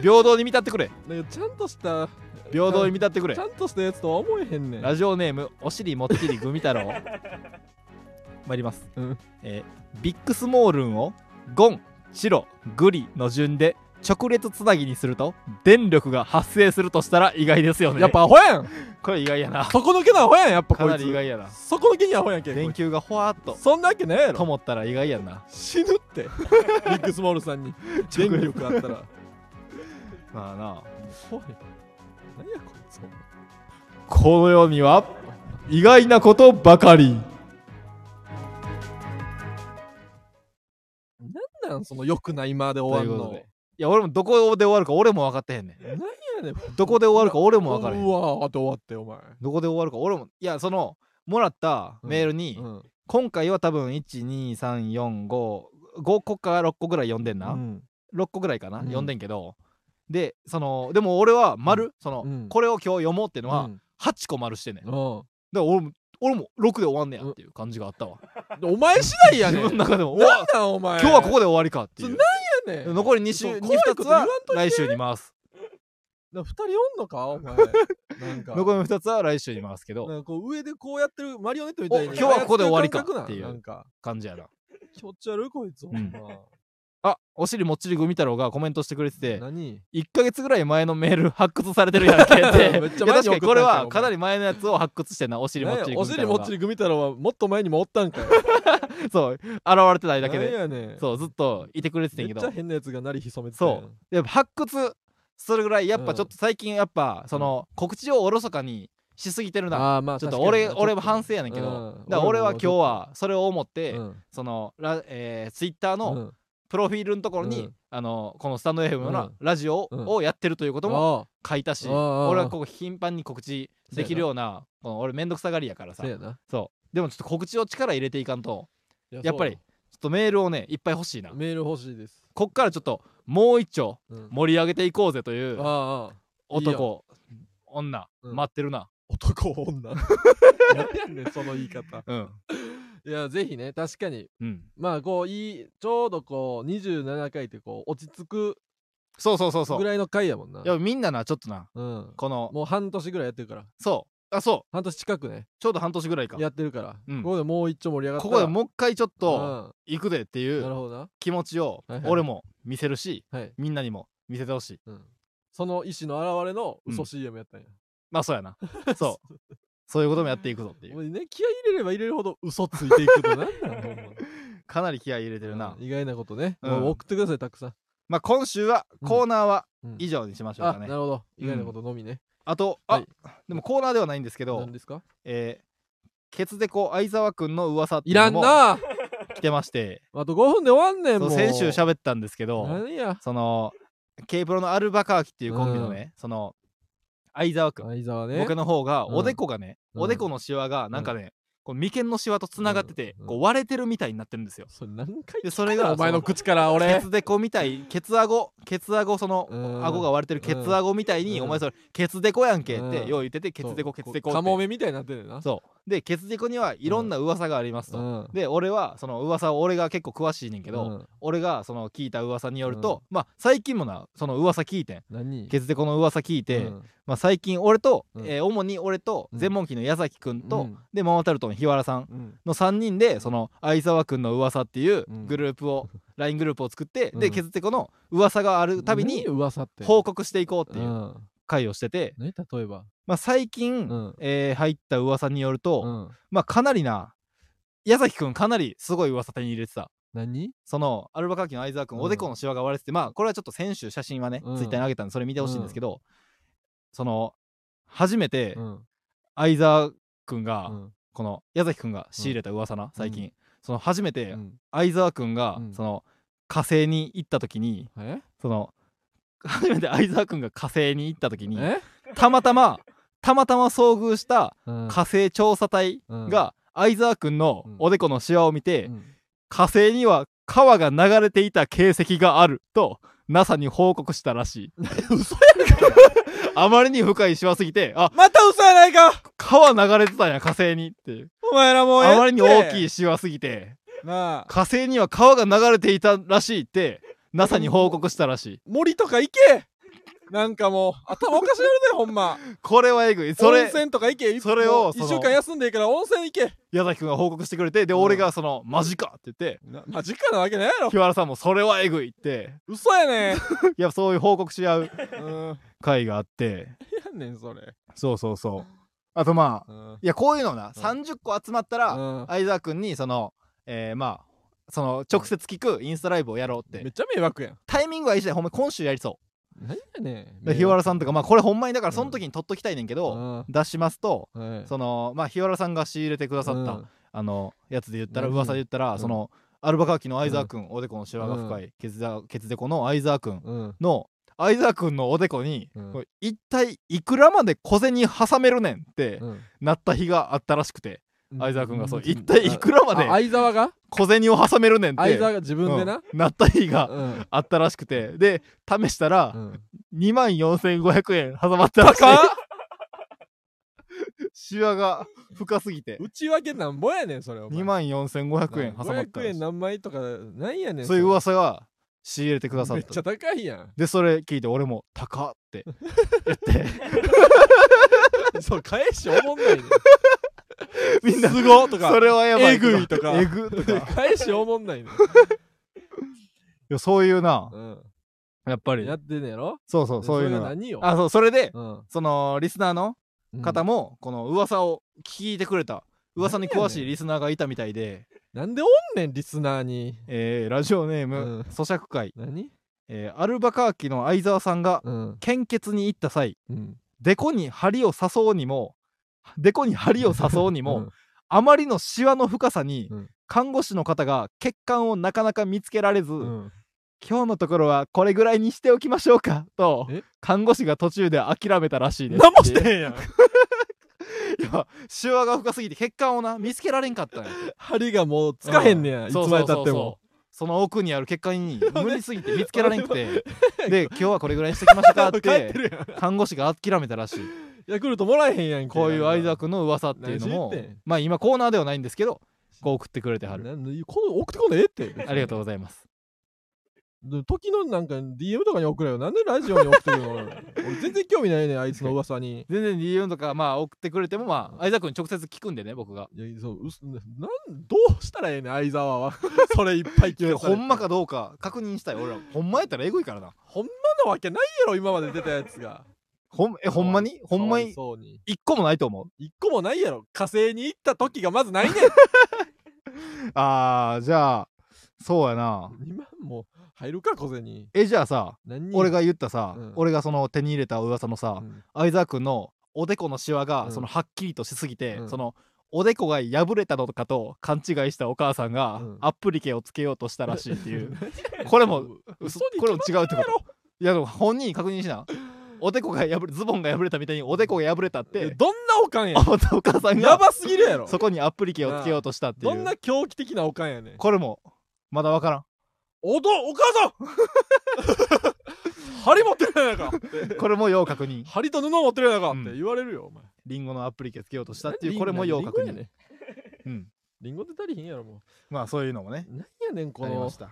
Speaker 1: 平等に見立ってくれ
Speaker 2: つなんかちゃんとした
Speaker 1: 平等に見立ってくれ
Speaker 2: ちゃんとしたやつとは思えへんね ん
Speaker 1: ラジオネームお尻もっちりグミ太郎 参ります、
Speaker 2: うん
Speaker 1: えービッグスモールンをゴン白グリの順で直列つなぎにすると電力が発生するとしたら意外ですよね
Speaker 2: やっぱアホやん
Speaker 1: これ意外やな
Speaker 2: 底抜けなアホやんやっぱ
Speaker 1: か
Speaker 2: こ
Speaker 1: ないり意
Speaker 2: つ
Speaker 1: 外やな
Speaker 2: 底抜けにアホやんけん
Speaker 1: 電球がほわっと
Speaker 2: そんなわけねえや
Speaker 1: と
Speaker 2: ろ
Speaker 1: 思ったら意外やんな
Speaker 2: 死ぬっ てビッグスモールさんに電力あったら
Speaker 1: まあな
Speaker 2: 怖い何やこいつ
Speaker 1: この世には意外なことばかり
Speaker 2: なんなんその良くない間で
Speaker 1: とい
Speaker 2: 終
Speaker 1: う
Speaker 2: わん
Speaker 1: こと
Speaker 2: の
Speaker 1: でいや俺もどこで終わるか俺も分かってへんねん
Speaker 2: 何やねん
Speaker 1: どこで終わるか俺も分からへん
Speaker 2: うわーって終わってお前
Speaker 1: どこで終わるか俺もいやそのもらったメールに、
Speaker 2: うん
Speaker 1: 今回は多分12345 5個か6個ぐらい読んでんな、
Speaker 2: うん
Speaker 1: 6個ぐらいかな、
Speaker 2: うん
Speaker 1: 読んでんけどでそのでも俺は丸、その、
Speaker 2: うん
Speaker 1: これを今日読もうっていうのは
Speaker 2: うん
Speaker 1: 8個丸してんねん、だか
Speaker 2: うん
Speaker 1: ら俺も俺も6で終わんねやっていう感じがあったわ、
Speaker 2: お前次第 やね
Speaker 1: 自分の
Speaker 2: ん
Speaker 1: 中でもお
Speaker 2: 何
Speaker 1: わ
Speaker 2: なんお前
Speaker 1: 今日はここで終わりかっていう
Speaker 2: やねん
Speaker 1: 残り2週
Speaker 2: そ
Speaker 1: 二
Speaker 2: う怖いこ
Speaker 1: 2
Speaker 2: と
Speaker 1: つ
Speaker 2: 言わ
Speaker 1: は
Speaker 2: んといて
Speaker 1: 来週に回す
Speaker 2: な二人おんのかお前なんか
Speaker 1: 残りの2つは来週に回すけど
Speaker 2: なんかこう上でこうやってるマリオネットみたいに
Speaker 1: お今日はここで終わりか
Speaker 2: 操
Speaker 1: っていう
Speaker 2: 感覚なんなんか
Speaker 1: 感じやな
Speaker 2: 気持ち悪いこいつほんま
Speaker 1: あお尻もっちり組太郎がコメントしてくれてて
Speaker 2: 何
Speaker 1: 1ヶ月ぐらい前のメール発掘されてるやんけっ ていや
Speaker 2: 前に送った
Speaker 1: 確
Speaker 2: やつ
Speaker 1: かにこれ
Speaker 2: お
Speaker 1: は
Speaker 2: 前
Speaker 1: かなり前のやつを発掘してんなお尻もっち
Speaker 2: 何
Speaker 1: り
Speaker 2: やお
Speaker 1: 組太郎
Speaker 2: 尻も
Speaker 1: が
Speaker 2: っちり組太郎はもっと前にもおったんかよ
Speaker 1: そう現れてないだけ
Speaker 2: 何
Speaker 1: で
Speaker 2: やねん
Speaker 1: そうずっといてくれててん
Speaker 2: め
Speaker 1: け
Speaker 2: っ
Speaker 1: ど
Speaker 2: ちゃ変なやつがなり潜めてたやん
Speaker 1: そやっぱ発掘するぐらいやっぱちょっと最近やっぱその告知をおろそかにしすぎてるな
Speaker 2: あーまあ
Speaker 1: ちょっと
Speaker 2: 確かに
Speaker 1: 俺
Speaker 2: なちょっと
Speaker 1: 俺も反省やねんけ
Speaker 2: う
Speaker 1: ど
Speaker 2: ん
Speaker 1: だから俺は今
Speaker 2: も
Speaker 1: 日はそれを思っ
Speaker 2: ち
Speaker 1: て
Speaker 2: ょっと
Speaker 1: そのラえツイッター
Speaker 2: う
Speaker 1: の
Speaker 2: ん
Speaker 1: プロフィールのところ
Speaker 2: う
Speaker 1: に
Speaker 2: ん
Speaker 1: あのこのスタンド FM
Speaker 2: う
Speaker 1: の
Speaker 2: ん
Speaker 1: ラジオ
Speaker 2: うん
Speaker 1: をやってるということも
Speaker 2: あ
Speaker 1: 書いたし
Speaker 2: ああ
Speaker 1: 俺はここ頻繁に告知できるようなこの俺めんどくさがりやから
Speaker 2: あ
Speaker 1: さ
Speaker 2: せやな
Speaker 1: そうでもちょっと告知を力入れていかんと
Speaker 2: い
Speaker 1: やっぱりちょっとメールをねいっぱい欲しいな
Speaker 2: そうメール欲しいです
Speaker 1: こっからちょっともう一丁
Speaker 2: うん
Speaker 1: 盛り上げていこうぜという
Speaker 2: ああ
Speaker 1: 男女、
Speaker 2: うん
Speaker 1: 待ってるな
Speaker 2: 男女 何やねんその言い方
Speaker 1: うん
Speaker 2: いやぜひね確かに
Speaker 1: うん
Speaker 2: まあこういいちょうどこう27回ってこう落ち着く
Speaker 1: そうそうそうそう
Speaker 2: ぐらいの回やもんない
Speaker 1: やみんななちょっとな
Speaker 2: うん
Speaker 1: この
Speaker 2: もう半年ぐらいやってるから
Speaker 1: そうあそう
Speaker 2: 半年近くね
Speaker 1: ちょうど半年ぐらいか
Speaker 2: やってるから、
Speaker 1: うん
Speaker 2: ここでもう一丁盛り上がった
Speaker 1: こ
Speaker 2: ら
Speaker 1: こでもう一回ちょっと行くでって
Speaker 2: う
Speaker 1: い
Speaker 2: んなる
Speaker 1: う
Speaker 2: ほどな
Speaker 1: 気持ちを
Speaker 2: はいはい
Speaker 1: 俺も見せるし
Speaker 2: はい、
Speaker 1: みんなにも見せてほしい
Speaker 2: うん、その意思の表れの
Speaker 1: うん
Speaker 2: 嘘 CM やったんや、
Speaker 1: まあそうや なそうそういうこともやっていくぞってい
Speaker 2: も
Speaker 1: う
Speaker 2: うね気合い入れれば入れるほど嘘ついていくとなんなんほんま
Speaker 1: かなり気合い入れてるな、
Speaker 2: うん意外なことね、
Speaker 1: うん
Speaker 2: もう送ってくださいたくさん、
Speaker 1: まあ今週は
Speaker 2: うん
Speaker 1: コーナーは
Speaker 2: うん
Speaker 1: 以上にしましょう
Speaker 2: あ
Speaker 1: か
Speaker 2: な
Speaker 1: ね、
Speaker 2: るほど意外なことのみね、
Speaker 1: あとあ、
Speaker 2: はい
Speaker 1: でもコーナーではないんですけど
Speaker 2: 何ですか
Speaker 1: えーケツデコ相沢くんの噂って
Speaker 2: い
Speaker 1: いう
Speaker 2: ら
Speaker 1: の
Speaker 2: ん
Speaker 1: も
Speaker 2: なあ
Speaker 1: 来てまして
Speaker 2: と5分で終わんねん
Speaker 1: そ
Speaker 2: も
Speaker 1: う
Speaker 2: う
Speaker 1: 先週喋ったんですけど
Speaker 2: 何や
Speaker 1: その K プロのアルバカーキっていうコンビのね、その相沢君、
Speaker 2: 相沢ね
Speaker 1: 僕の方が
Speaker 2: うん
Speaker 1: おでこがね、
Speaker 2: うん
Speaker 1: おでこのシワがなんかね、こう眉間のシワとつながってて、
Speaker 2: うん
Speaker 1: こう割れてるみたいになってるんですよ。
Speaker 2: それ何回
Speaker 1: でそれ
Speaker 2: 聞くな
Speaker 1: が
Speaker 2: お前の
Speaker 1: その
Speaker 2: 口から俺
Speaker 1: ケツデコみたいケツアゴケツアゴその、
Speaker 2: うん
Speaker 1: 顎が割れてるケツアゴみたいに、
Speaker 2: うん
Speaker 1: お前それケツデコやんけっ
Speaker 2: う
Speaker 1: て
Speaker 2: ん
Speaker 1: よう言ってて、ケツデコケツデコって
Speaker 2: カモメみたいになってるな
Speaker 1: そうでケツデコにはいろんな噂がありますと、
Speaker 2: ん
Speaker 1: で俺はその噂を俺が結構詳しいねんけど、
Speaker 2: うん
Speaker 1: 俺がその聞いた噂によると、まあ最近もなその噂聞いてん
Speaker 2: 何
Speaker 1: ケツデコの噂聞いて、
Speaker 2: うん
Speaker 1: まあ最近俺と、
Speaker 2: うん
Speaker 1: えー主に俺と
Speaker 2: うん
Speaker 1: 全問記の矢崎くんと、
Speaker 2: うん
Speaker 1: でママタルトの日原さん
Speaker 2: うん
Speaker 1: の3人でその相沢くんの噂っていう
Speaker 2: うん
Speaker 1: グループ を、LINE グループを作って、
Speaker 2: うん
Speaker 1: でケツデコの噂があるたびに
Speaker 2: 何噂って
Speaker 1: 報告していこうっていううん会をしてて、
Speaker 2: 何例えば
Speaker 1: まあ最近、
Speaker 2: うん
Speaker 1: えー入った噂によると、
Speaker 2: うん
Speaker 1: まあかなりな矢崎くんかなりすごい噂手に入れてた
Speaker 2: 何
Speaker 1: そのアルバカーキの相沢君、
Speaker 2: うん
Speaker 1: おでこのシワが割れててまあこれはちょっと先週写真はね、
Speaker 2: うん
Speaker 1: ツイッターに上げたんでそれ見てほしいんですけど、その初めて
Speaker 2: うん
Speaker 1: 相沢君が、
Speaker 2: うん
Speaker 1: この矢崎君が仕入れた噂な、最近、その初めて
Speaker 2: うん
Speaker 1: 相沢君が、
Speaker 2: うん
Speaker 1: その火星に行った時に
Speaker 2: え
Speaker 1: その初めて相沢君が火星に行った時に
Speaker 2: え
Speaker 1: たまたまたまたま遭遇した
Speaker 2: うん
Speaker 1: 火星調査隊が相沢君のおでこのシワを見て、
Speaker 2: うん
Speaker 1: 火星には川が流れていた形跡があると NASA に報告したらしい
Speaker 2: 嘘
Speaker 1: あまりに深いシワすぎてあ
Speaker 2: また嘘やないか
Speaker 1: 川流れてたんや火星にっていう
Speaker 2: お前らもう
Speaker 1: あまりに大き
Speaker 2: い
Speaker 1: いシワすぎて
Speaker 2: なあ
Speaker 1: 火星には川が流れていたらしいって NASA に報告したらしい
Speaker 2: 森とか行けなんかもう頭おかしなるねほんま
Speaker 1: これはえぐい そ
Speaker 2: 温
Speaker 1: れ
Speaker 2: 泉とか行け
Speaker 1: それを
Speaker 2: もう
Speaker 1: そ
Speaker 2: 一
Speaker 1: の
Speaker 2: 週間休んでいいから温泉行け
Speaker 1: 矢崎君が報告してくれてで
Speaker 2: うん
Speaker 1: 俺がその「マジか!」って言って
Speaker 2: なマジかなわけないやろ
Speaker 1: 日原さんも「それはえぐい」って
Speaker 2: 嘘やねん
Speaker 1: いやそういう報告し合う
Speaker 2: うん
Speaker 1: 会があって
Speaker 2: やんねんそれ
Speaker 1: そうそうそうあとまあ
Speaker 2: うん
Speaker 1: いやこういうのな30個集まったら、
Speaker 2: うん
Speaker 1: 相沢君にそのえーまあその直接聞くインスタライブをやろうっ
Speaker 2: めってちゃ迷惑やん
Speaker 1: タイミングは一緒でほんま今週やりそ
Speaker 2: 何やね
Speaker 1: うんで日原さんとかまあこれほんまにだから
Speaker 2: うん
Speaker 1: その時に取っときたいねんけど、
Speaker 2: う
Speaker 1: 出しますと
Speaker 2: んはい
Speaker 1: そのまあ日原さんが仕入れてくださった、
Speaker 2: うん
Speaker 1: あのやつで言ったら
Speaker 2: うん
Speaker 1: 噂で言ったら、
Speaker 2: ん
Speaker 1: そのアルバカーキの相沢君、おでこのシワが深い、ケツだケツデコの相沢君
Speaker 2: うん
Speaker 1: の相沢君のおでこに、
Speaker 2: うん
Speaker 1: これ一体いくらまで小銭挟めるねんって
Speaker 2: うん
Speaker 1: なった日があったらしくて、相沢君がそう、
Speaker 2: ん
Speaker 1: 一体いくらま
Speaker 2: あ
Speaker 1: で
Speaker 2: 相沢が
Speaker 1: 小銭を挟めるねんって
Speaker 2: 相沢が自分で
Speaker 1: う
Speaker 2: なん
Speaker 1: なった日が、
Speaker 2: うん
Speaker 1: あったらしくてで試したら
Speaker 2: うん
Speaker 1: 2万4500円挟まったらし
Speaker 2: 高っ
Speaker 1: いシワが深すぎて
Speaker 2: 内訳なんぼやねんそれお前
Speaker 1: 2万4500円挟まったら
Speaker 2: 500
Speaker 1: し
Speaker 2: 円
Speaker 1: い
Speaker 2: 何枚とかなんやねん
Speaker 1: そういう
Speaker 2: れ
Speaker 1: 噂が仕入れてくださっ
Speaker 2: めっち
Speaker 1: た
Speaker 2: ゃ高いやん
Speaker 1: でそれ聞いて俺も「高っ!」って言って
Speaker 2: そう返しおもんないねん
Speaker 1: みんな
Speaker 2: すごとか
Speaker 1: それはやばい
Speaker 2: えぐいとか
Speaker 1: えぐとかい
Speaker 2: 返しおもんないねん、
Speaker 1: やそういうな
Speaker 2: う
Speaker 1: やっぱ
Speaker 2: ん、
Speaker 1: り
Speaker 2: やってんねやろ
Speaker 1: そうそうそういうの
Speaker 2: が
Speaker 1: が
Speaker 2: 何よ
Speaker 1: あそうそれで
Speaker 2: うん
Speaker 1: そのリスナーの
Speaker 2: うん
Speaker 1: 方もこの噂を聞いてくれた噂に詳しいリスナーがいたみたいで、
Speaker 2: なんでおんねんリスナーに
Speaker 1: えーラジオネーム、
Speaker 2: うん
Speaker 1: 咀嚼会、
Speaker 2: 何
Speaker 1: えーアルバカーキの相沢さんが
Speaker 2: うん
Speaker 1: 献血に行った際
Speaker 2: うん
Speaker 1: デコに針を刺そうにもデコに針を刺そうにも、
Speaker 2: うん
Speaker 1: あまりのシワの深さに、
Speaker 2: うん
Speaker 1: 看護師の方が血管をなかなか見つけられず、
Speaker 2: うん
Speaker 1: 今日のところはこれぐらいにしておきましょうかと
Speaker 2: え
Speaker 1: 看護師が途中で諦めたら しいです
Speaker 2: 何もしてへんやん
Speaker 1: いやシワが深すぎて血管をな見つけられんかったんやて
Speaker 2: 針がもうつかへんねや、
Speaker 1: う
Speaker 2: いつまでたっ
Speaker 1: そうそう
Speaker 2: ても
Speaker 1: そうその奥にある血管に無理すぎて見つけられんく てで今日はこれぐらいにしてきましたかっ
Speaker 2: 帰って
Speaker 1: て
Speaker 2: るやん
Speaker 1: 看護師が諦めたらしい
Speaker 2: ヤクルトもらえへんやんけ
Speaker 1: こういう相沢君の噂っていうのも
Speaker 2: 何言ってん
Speaker 1: まあ今コーナーではないんですけどこう送ってくれてはる
Speaker 2: なんでこの送ってこんでええって
Speaker 1: ありがとうございます
Speaker 2: で時のなんか DM とかに送れよなんでラジオに送ってくる の俺全然興味ないねんあいつの噂に
Speaker 1: 全然 DM とかまあ送ってくれてもまあ相沢君に直接聞くんでね僕が
Speaker 2: いやそううすなんどうしたらええねん相沢は それいっぱい聞かされて
Speaker 1: ほんまかどうか確認したい俺らほんまやったらえぐいからな
Speaker 2: ほんまなわけないやろ今まで出たやつが
Speaker 1: ほんえほんまにほんまに
Speaker 2: かわいそうに
Speaker 1: 一個もないと思う
Speaker 2: 一個もないやろ火星に行った時がまずないねん
Speaker 1: あーじゃあそうやな
Speaker 2: 今もう入るか小銭
Speaker 1: えじゃあさ
Speaker 2: 何人
Speaker 1: 俺が言ったさ、
Speaker 2: うん
Speaker 1: 俺がその手に入れた噂のさ、
Speaker 2: うん
Speaker 1: 相沢君のおでこのシワが、
Speaker 2: うん
Speaker 1: そのはっきりとしすぎて、
Speaker 2: うん
Speaker 1: そのおでこが破れたのかと勘違いしたお母さんが、
Speaker 2: うん
Speaker 1: アップリケをつけようとしたらしいっていう これも
Speaker 2: 嘘に
Speaker 1: これも違うって
Speaker 2: 決ま
Speaker 1: こ
Speaker 2: ってるやろ
Speaker 1: といやでも本人に確認しなおでこが破れズボンが破れたみたいにおでこが破れたっ
Speaker 2: え
Speaker 1: て
Speaker 2: どんなおかんや
Speaker 1: 思ったお母さん
Speaker 2: や
Speaker 1: が
Speaker 2: ばすぎるやろ
Speaker 1: そこにアップリケをつけようとしたっていう
Speaker 2: どんな狂気的なおかんやねん
Speaker 1: これもまだわからん
Speaker 2: おどお母さん 針持ってるやないかって
Speaker 1: これも要確認
Speaker 2: 針と布持ってるやないか
Speaker 1: う
Speaker 2: っ
Speaker 1: ん
Speaker 2: て言われるよ、お前
Speaker 1: リンゴのアップリケつけようとしたっていうこれも
Speaker 2: リン
Speaker 1: 要
Speaker 2: ゴ
Speaker 1: 確
Speaker 2: リンゴやね
Speaker 1: 認
Speaker 2: ん
Speaker 1: うん
Speaker 2: リンゴで足りひんやろも
Speaker 1: まあそういうのもね
Speaker 2: うなんやねんこ
Speaker 1: ありま
Speaker 2: の
Speaker 1: した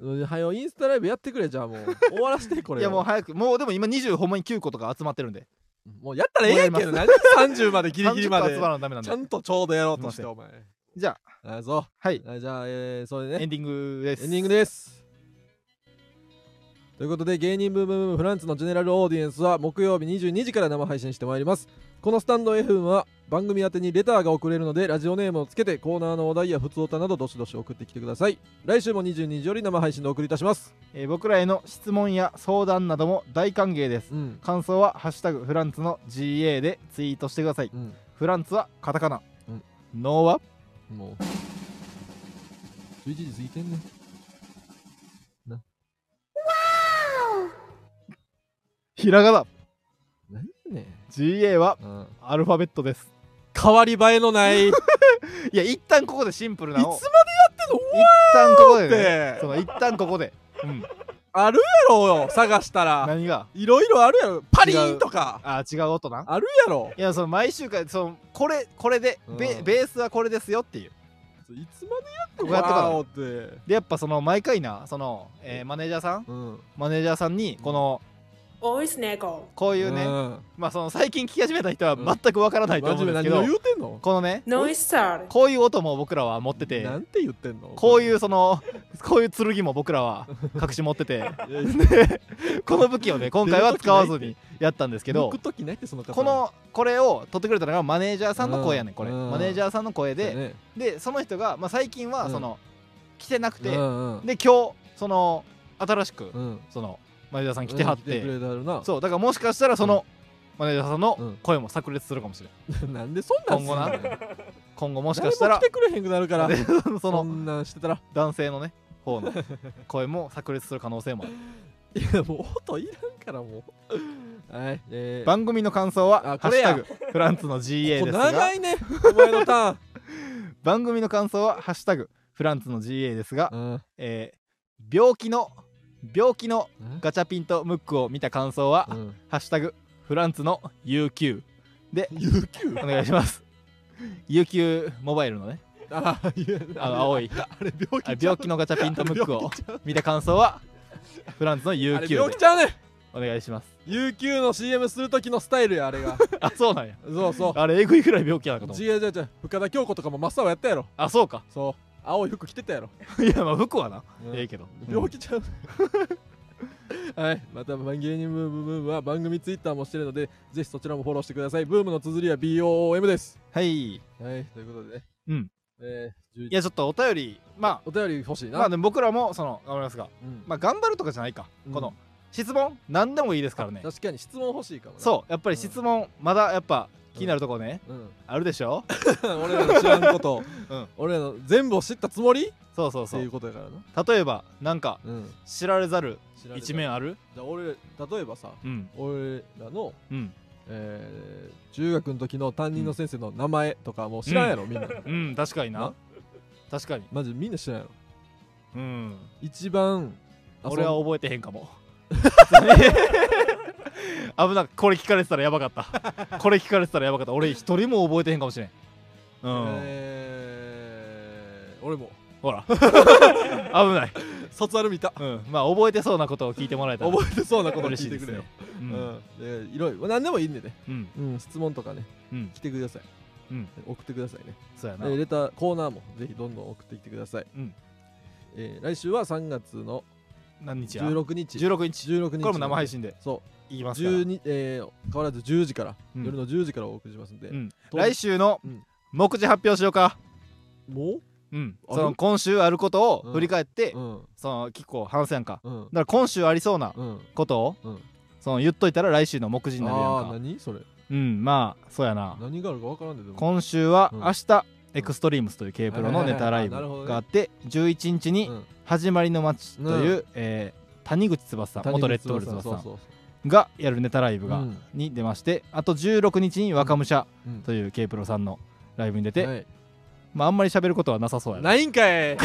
Speaker 2: うんはよインスタライブやってくれじゃあも う終わらしてこれ
Speaker 1: いやもう
Speaker 2: も
Speaker 1: 早くもうでも今20ほんまに9個とか集まってるんで
Speaker 2: うやったらええやんけど何で30までギリギリま
Speaker 1: 30個
Speaker 2: で
Speaker 1: 集まらなダメなん
Speaker 2: ち
Speaker 1: で
Speaker 2: ゃんとちょうどやろうとし
Speaker 1: す
Speaker 2: て
Speaker 1: い
Speaker 2: お前
Speaker 1: じゃ
Speaker 2: あぞ
Speaker 1: あはい
Speaker 2: あじゃあ、えー、それでね
Speaker 1: エンディングです
Speaker 2: エンディングです。ということで、芸人ブームブームフランツのジェネラルオーディエンスは木曜日22時から生配信してまいります。このスタンド FM は番組宛てにレターが送れるので、ラジオネームをつけてコーナーのお題や普通歌などどしどし送ってきてください。来週も22時より生配信でお送りいたします。
Speaker 1: えー僕らへの質問や相談なども大歓迎です
Speaker 2: うん。
Speaker 1: 感想は「ハッシュタグフランツの GA」でツイートしてください
Speaker 2: うん。
Speaker 1: フランツはカタカナ、
Speaker 2: うん
Speaker 1: ノーは
Speaker 2: もう。11時過ぎてんね。な。
Speaker 1: ひらがな
Speaker 2: 何やねん。
Speaker 1: GA は
Speaker 2: うん。
Speaker 1: アルファベットです
Speaker 2: 変わり映えのない。いつ
Speaker 1: いや一旦ここでシンプル
Speaker 2: まで
Speaker 1: な
Speaker 2: や
Speaker 1: を
Speaker 2: ってんの
Speaker 1: 一旦ここで、ね、
Speaker 2: って
Speaker 1: その一旦ここで、うん、
Speaker 2: あるやろよ探したら
Speaker 1: 何が
Speaker 2: いろいろあるやろパリーンとか
Speaker 1: あ違う音な
Speaker 2: あるやろ
Speaker 1: いやその毎週からそのこれこれで、ベ
Speaker 2: うん
Speaker 1: ベースはこれですよっていう
Speaker 2: いつまでやって
Speaker 1: こうやってから
Speaker 2: わーおって
Speaker 1: でやっぱその毎回なその、えーマネージャーさん
Speaker 2: うん
Speaker 1: マネージャーさんにこの、
Speaker 7: おいすねこ
Speaker 1: こういう
Speaker 2: う
Speaker 1: ね、
Speaker 2: ん
Speaker 1: まあその最近聞き始めた人は全くわからないと思うんですけ
Speaker 2: マ
Speaker 1: ど、
Speaker 2: ジで何を言うてんの
Speaker 1: このね、
Speaker 7: ノイスサル
Speaker 1: こういう音も僕らは持ってて
Speaker 2: な、んて言ってんの
Speaker 1: こういうその、こういう剣も僕らは隠し持ってて、
Speaker 2: いやいや
Speaker 1: でこの武器を ね、今回は使わずにやったんですけど
Speaker 2: 抜く、時ないってその方
Speaker 1: このこれを取ってくれたのがマネージャーさんの声やねんこれ
Speaker 2: うん
Speaker 1: マネージャーさんの声で、
Speaker 2: ね
Speaker 1: でその人が、まあ、最近は
Speaker 2: うん
Speaker 1: その、来てなくて、
Speaker 2: うんうん
Speaker 1: で今日その新しく、
Speaker 2: うん
Speaker 1: そのマネージャーさん来てはっ
Speaker 2: うん来
Speaker 1: て、
Speaker 2: くれたるな
Speaker 1: そうだからもしかしたらその、マネージャーさん
Speaker 2: う
Speaker 1: の
Speaker 2: ん
Speaker 1: 声も炸裂するかもしれない
Speaker 2: なんでそんなんすん
Speaker 1: 今
Speaker 2: の
Speaker 1: 後な
Speaker 2: 誰
Speaker 1: 今後も
Speaker 2: も
Speaker 1: しかしたら
Speaker 2: 来てくれへんくなるから
Speaker 1: で そ
Speaker 2: そ
Speaker 1: の
Speaker 2: んなんしてたら
Speaker 1: 男性のね方の声も炸裂する可能性もある
Speaker 2: いやもう音いらんからもうはいえー
Speaker 1: 番組の感想は「ハ
Speaker 2: あこ
Speaker 1: ッシ
Speaker 2: れ
Speaker 1: ュ
Speaker 2: や
Speaker 1: タグフランツの GA」
Speaker 2: こ
Speaker 1: で
Speaker 2: こ
Speaker 1: すが
Speaker 2: 長いねお前 のタ
Speaker 1: 番組の感想は「ハッシュタグフランツの GA」ですが、
Speaker 2: ーン
Speaker 1: えー病気の病気の
Speaker 2: うん
Speaker 1: ガチャピンとムックを見た感想は「
Speaker 2: うん
Speaker 1: ハッシュタグフランツの UQ」で
Speaker 2: UQ
Speaker 1: お願いします UQ モバイルのね
Speaker 2: ああいや
Speaker 1: あの青い
Speaker 2: あれ病
Speaker 1: あ
Speaker 2: 気ちゃう
Speaker 1: 病気のガチャピンとムック
Speaker 2: あれ
Speaker 1: を
Speaker 2: 病気ちゃう
Speaker 1: 見た感想はフランツの
Speaker 2: あ
Speaker 1: UQ
Speaker 2: れ病
Speaker 1: で
Speaker 2: 気ちゃうね
Speaker 1: お願いします
Speaker 2: UQ の CM する時のスタイルやあ れが
Speaker 1: あそうなんや
Speaker 2: そうそう
Speaker 1: あれえぐいくらい病気やなのかと思う
Speaker 2: 違う違う違う深田恭子とかも真っ青やったやろ
Speaker 1: あそうか
Speaker 2: そう青い服着てたやろ
Speaker 1: いやまあ服はな
Speaker 2: うん
Speaker 1: ええけど
Speaker 2: 病気ちゃう はいまた番芸人ブームブームは番組ツイッターもしてるのでぜひそちらもフォローしてくださいブームの綴りは BOOM です
Speaker 1: はいい
Speaker 2: はいということでね
Speaker 1: うん
Speaker 2: えー11
Speaker 1: やちょっとお便りまあ
Speaker 2: お便り欲しいな、
Speaker 1: まあでも僕らもその頑張りますが
Speaker 2: うん
Speaker 1: まあ頑張るとかじゃないか
Speaker 2: うん
Speaker 1: この質問何でもいいですからね
Speaker 2: 確かに質問欲しいかもな
Speaker 1: そうやっぱり質問まだやっぱ気になるとこね
Speaker 2: う、うん、
Speaker 1: あるでしょ
Speaker 2: 俺らの知らんこと、
Speaker 1: うん
Speaker 2: 俺らの全部を知ったつもりっ
Speaker 1: そうそう
Speaker 2: て
Speaker 1: そ
Speaker 2: いう
Speaker 1: う
Speaker 2: ことやからな、
Speaker 1: 例えばなんか
Speaker 2: うん、
Speaker 1: 知られざる
Speaker 2: 知られた
Speaker 1: 一面ある
Speaker 2: じゃあ俺例えばさ
Speaker 1: うん
Speaker 2: 俺らの、
Speaker 1: うん
Speaker 2: えー中学の時の担任の先生の名前とかもう知らんやろ、みんな
Speaker 1: うん確かにな
Speaker 2: な
Speaker 1: 確かに
Speaker 2: マジみんな知らんやろ
Speaker 1: うん
Speaker 2: 一番あ
Speaker 1: 俺は
Speaker 2: そ
Speaker 1: 覚えてへんか も危なこれ聞かれてたらやばかったこれ聞かれてたらやばかった俺一人も覚えてへんかもしれんうん、
Speaker 2: えー俺も
Speaker 1: ほら 危ない、
Speaker 2: 卒アル見た
Speaker 1: うん、まあ覚えてそうなことを聞いてもらえたら
Speaker 2: 覚えてそうなこと
Speaker 1: 嬉し
Speaker 2: 聞
Speaker 1: い
Speaker 2: い
Speaker 1: です
Speaker 2: てくれよ
Speaker 1: ね、う
Speaker 2: うんんでいろいろ何でもいいんでね、
Speaker 1: うん
Speaker 2: うん、質問とかね、
Speaker 1: うん
Speaker 2: 来てください、
Speaker 1: うん
Speaker 2: 送ってくださいね
Speaker 1: そうやな、
Speaker 2: でレターコーナーもぜひどんどん送ってきてください、
Speaker 1: うん
Speaker 2: えー来週は3月の
Speaker 1: 何日や
Speaker 2: 16日
Speaker 1: 16日
Speaker 2: 16日
Speaker 1: これも生配信で
Speaker 2: そ
Speaker 1: いき
Speaker 2: う
Speaker 1: ますから
Speaker 2: 12、えー変わらず10時から、
Speaker 1: うん
Speaker 2: 夜の10時からお送りしますんで、
Speaker 1: うん
Speaker 2: 当日
Speaker 1: 来週の
Speaker 2: うん
Speaker 1: 目次発表しようか、
Speaker 2: も
Speaker 1: うん、
Speaker 2: あ
Speaker 1: その今週あること
Speaker 2: う
Speaker 1: を
Speaker 2: ん
Speaker 1: 振り返って、
Speaker 2: ううん
Speaker 1: その結構話すやんかだか
Speaker 2: うん
Speaker 1: ら今週ありそうな
Speaker 2: うん
Speaker 1: ことを、
Speaker 2: うん
Speaker 1: その言っといたら来週の目次になるや
Speaker 2: ああー
Speaker 1: んか
Speaker 2: 何それ
Speaker 1: うんまあそうやな
Speaker 2: 何があるかわからんででも
Speaker 1: 今週は
Speaker 2: うん
Speaker 1: 明日、エクストリームスという K プロのネタライブ
Speaker 2: はいはいはいはい
Speaker 1: があって11日に
Speaker 2: うん
Speaker 1: 「始まりの街」という、
Speaker 2: う
Speaker 1: えー谷口翼さん元レッドブル翼さん
Speaker 2: そうそう
Speaker 1: がやるネタライブが、
Speaker 2: うん
Speaker 1: に出ましてあと16日に若武者
Speaker 2: うん
Speaker 1: という K プロさんのライブに出て、
Speaker 2: はい
Speaker 1: まああんまり喋ることはなさそうやな
Speaker 2: ないんかい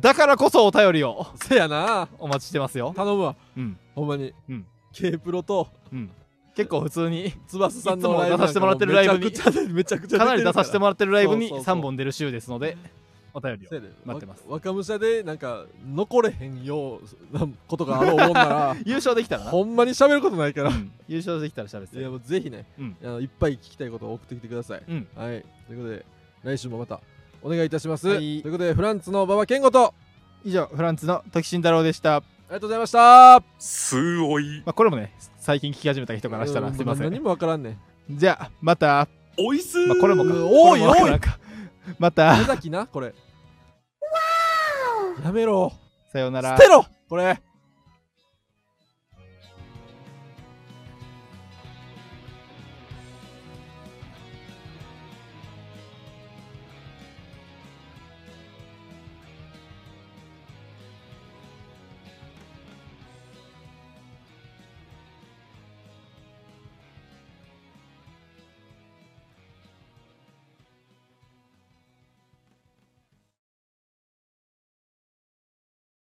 Speaker 1: だからこそお便りを
Speaker 2: せやな
Speaker 1: お待ちしてますよ、
Speaker 2: 頼むわ
Speaker 1: うん
Speaker 2: ほんまに、
Speaker 1: うん
Speaker 2: K プロと
Speaker 1: うん、結構普通に
Speaker 2: 翼さんのラ
Speaker 1: い
Speaker 2: イブ
Speaker 1: つも出させてもらってるライブに
Speaker 2: めちゃくちゃめちゃくちゃ
Speaker 1: かなり出させて
Speaker 2: も
Speaker 1: もらってるライブに
Speaker 2: そうそうそう
Speaker 1: 3本出る週ですのでお便りを待ってます
Speaker 2: 若武者でなんか残れへんようなことがあろうもん な
Speaker 1: 優勝できたら
Speaker 2: ら
Speaker 1: な、
Speaker 2: ほんまに喋ることないから
Speaker 1: うん優勝できたら喋って
Speaker 2: いやもうぜひね、
Speaker 1: うん
Speaker 2: あのいっぱい聞きたいことを送ってきてください、
Speaker 1: うん
Speaker 2: はいということで来週もまたお願いいたします、
Speaker 1: はい
Speaker 2: ということでフランツの馬場健吾とあ
Speaker 1: 以上フランツの時慎太郎でした、ま
Speaker 2: りがとうございました
Speaker 3: すおい。
Speaker 1: あ、これもね最近聞き始めた人からした
Speaker 2: う
Speaker 1: ら
Speaker 2: ん
Speaker 1: すいませ
Speaker 2: 何
Speaker 1: ん
Speaker 2: もわからんね
Speaker 1: じゃあまた、
Speaker 3: おいす
Speaker 1: まあ、これもか
Speaker 2: うんおい
Speaker 1: これも
Speaker 2: おい
Speaker 1: なんかまた
Speaker 2: 目崎なこれやめろ
Speaker 1: さような
Speaker 2: 捨
Speaker 1: ら
Speaker 2: てろこれ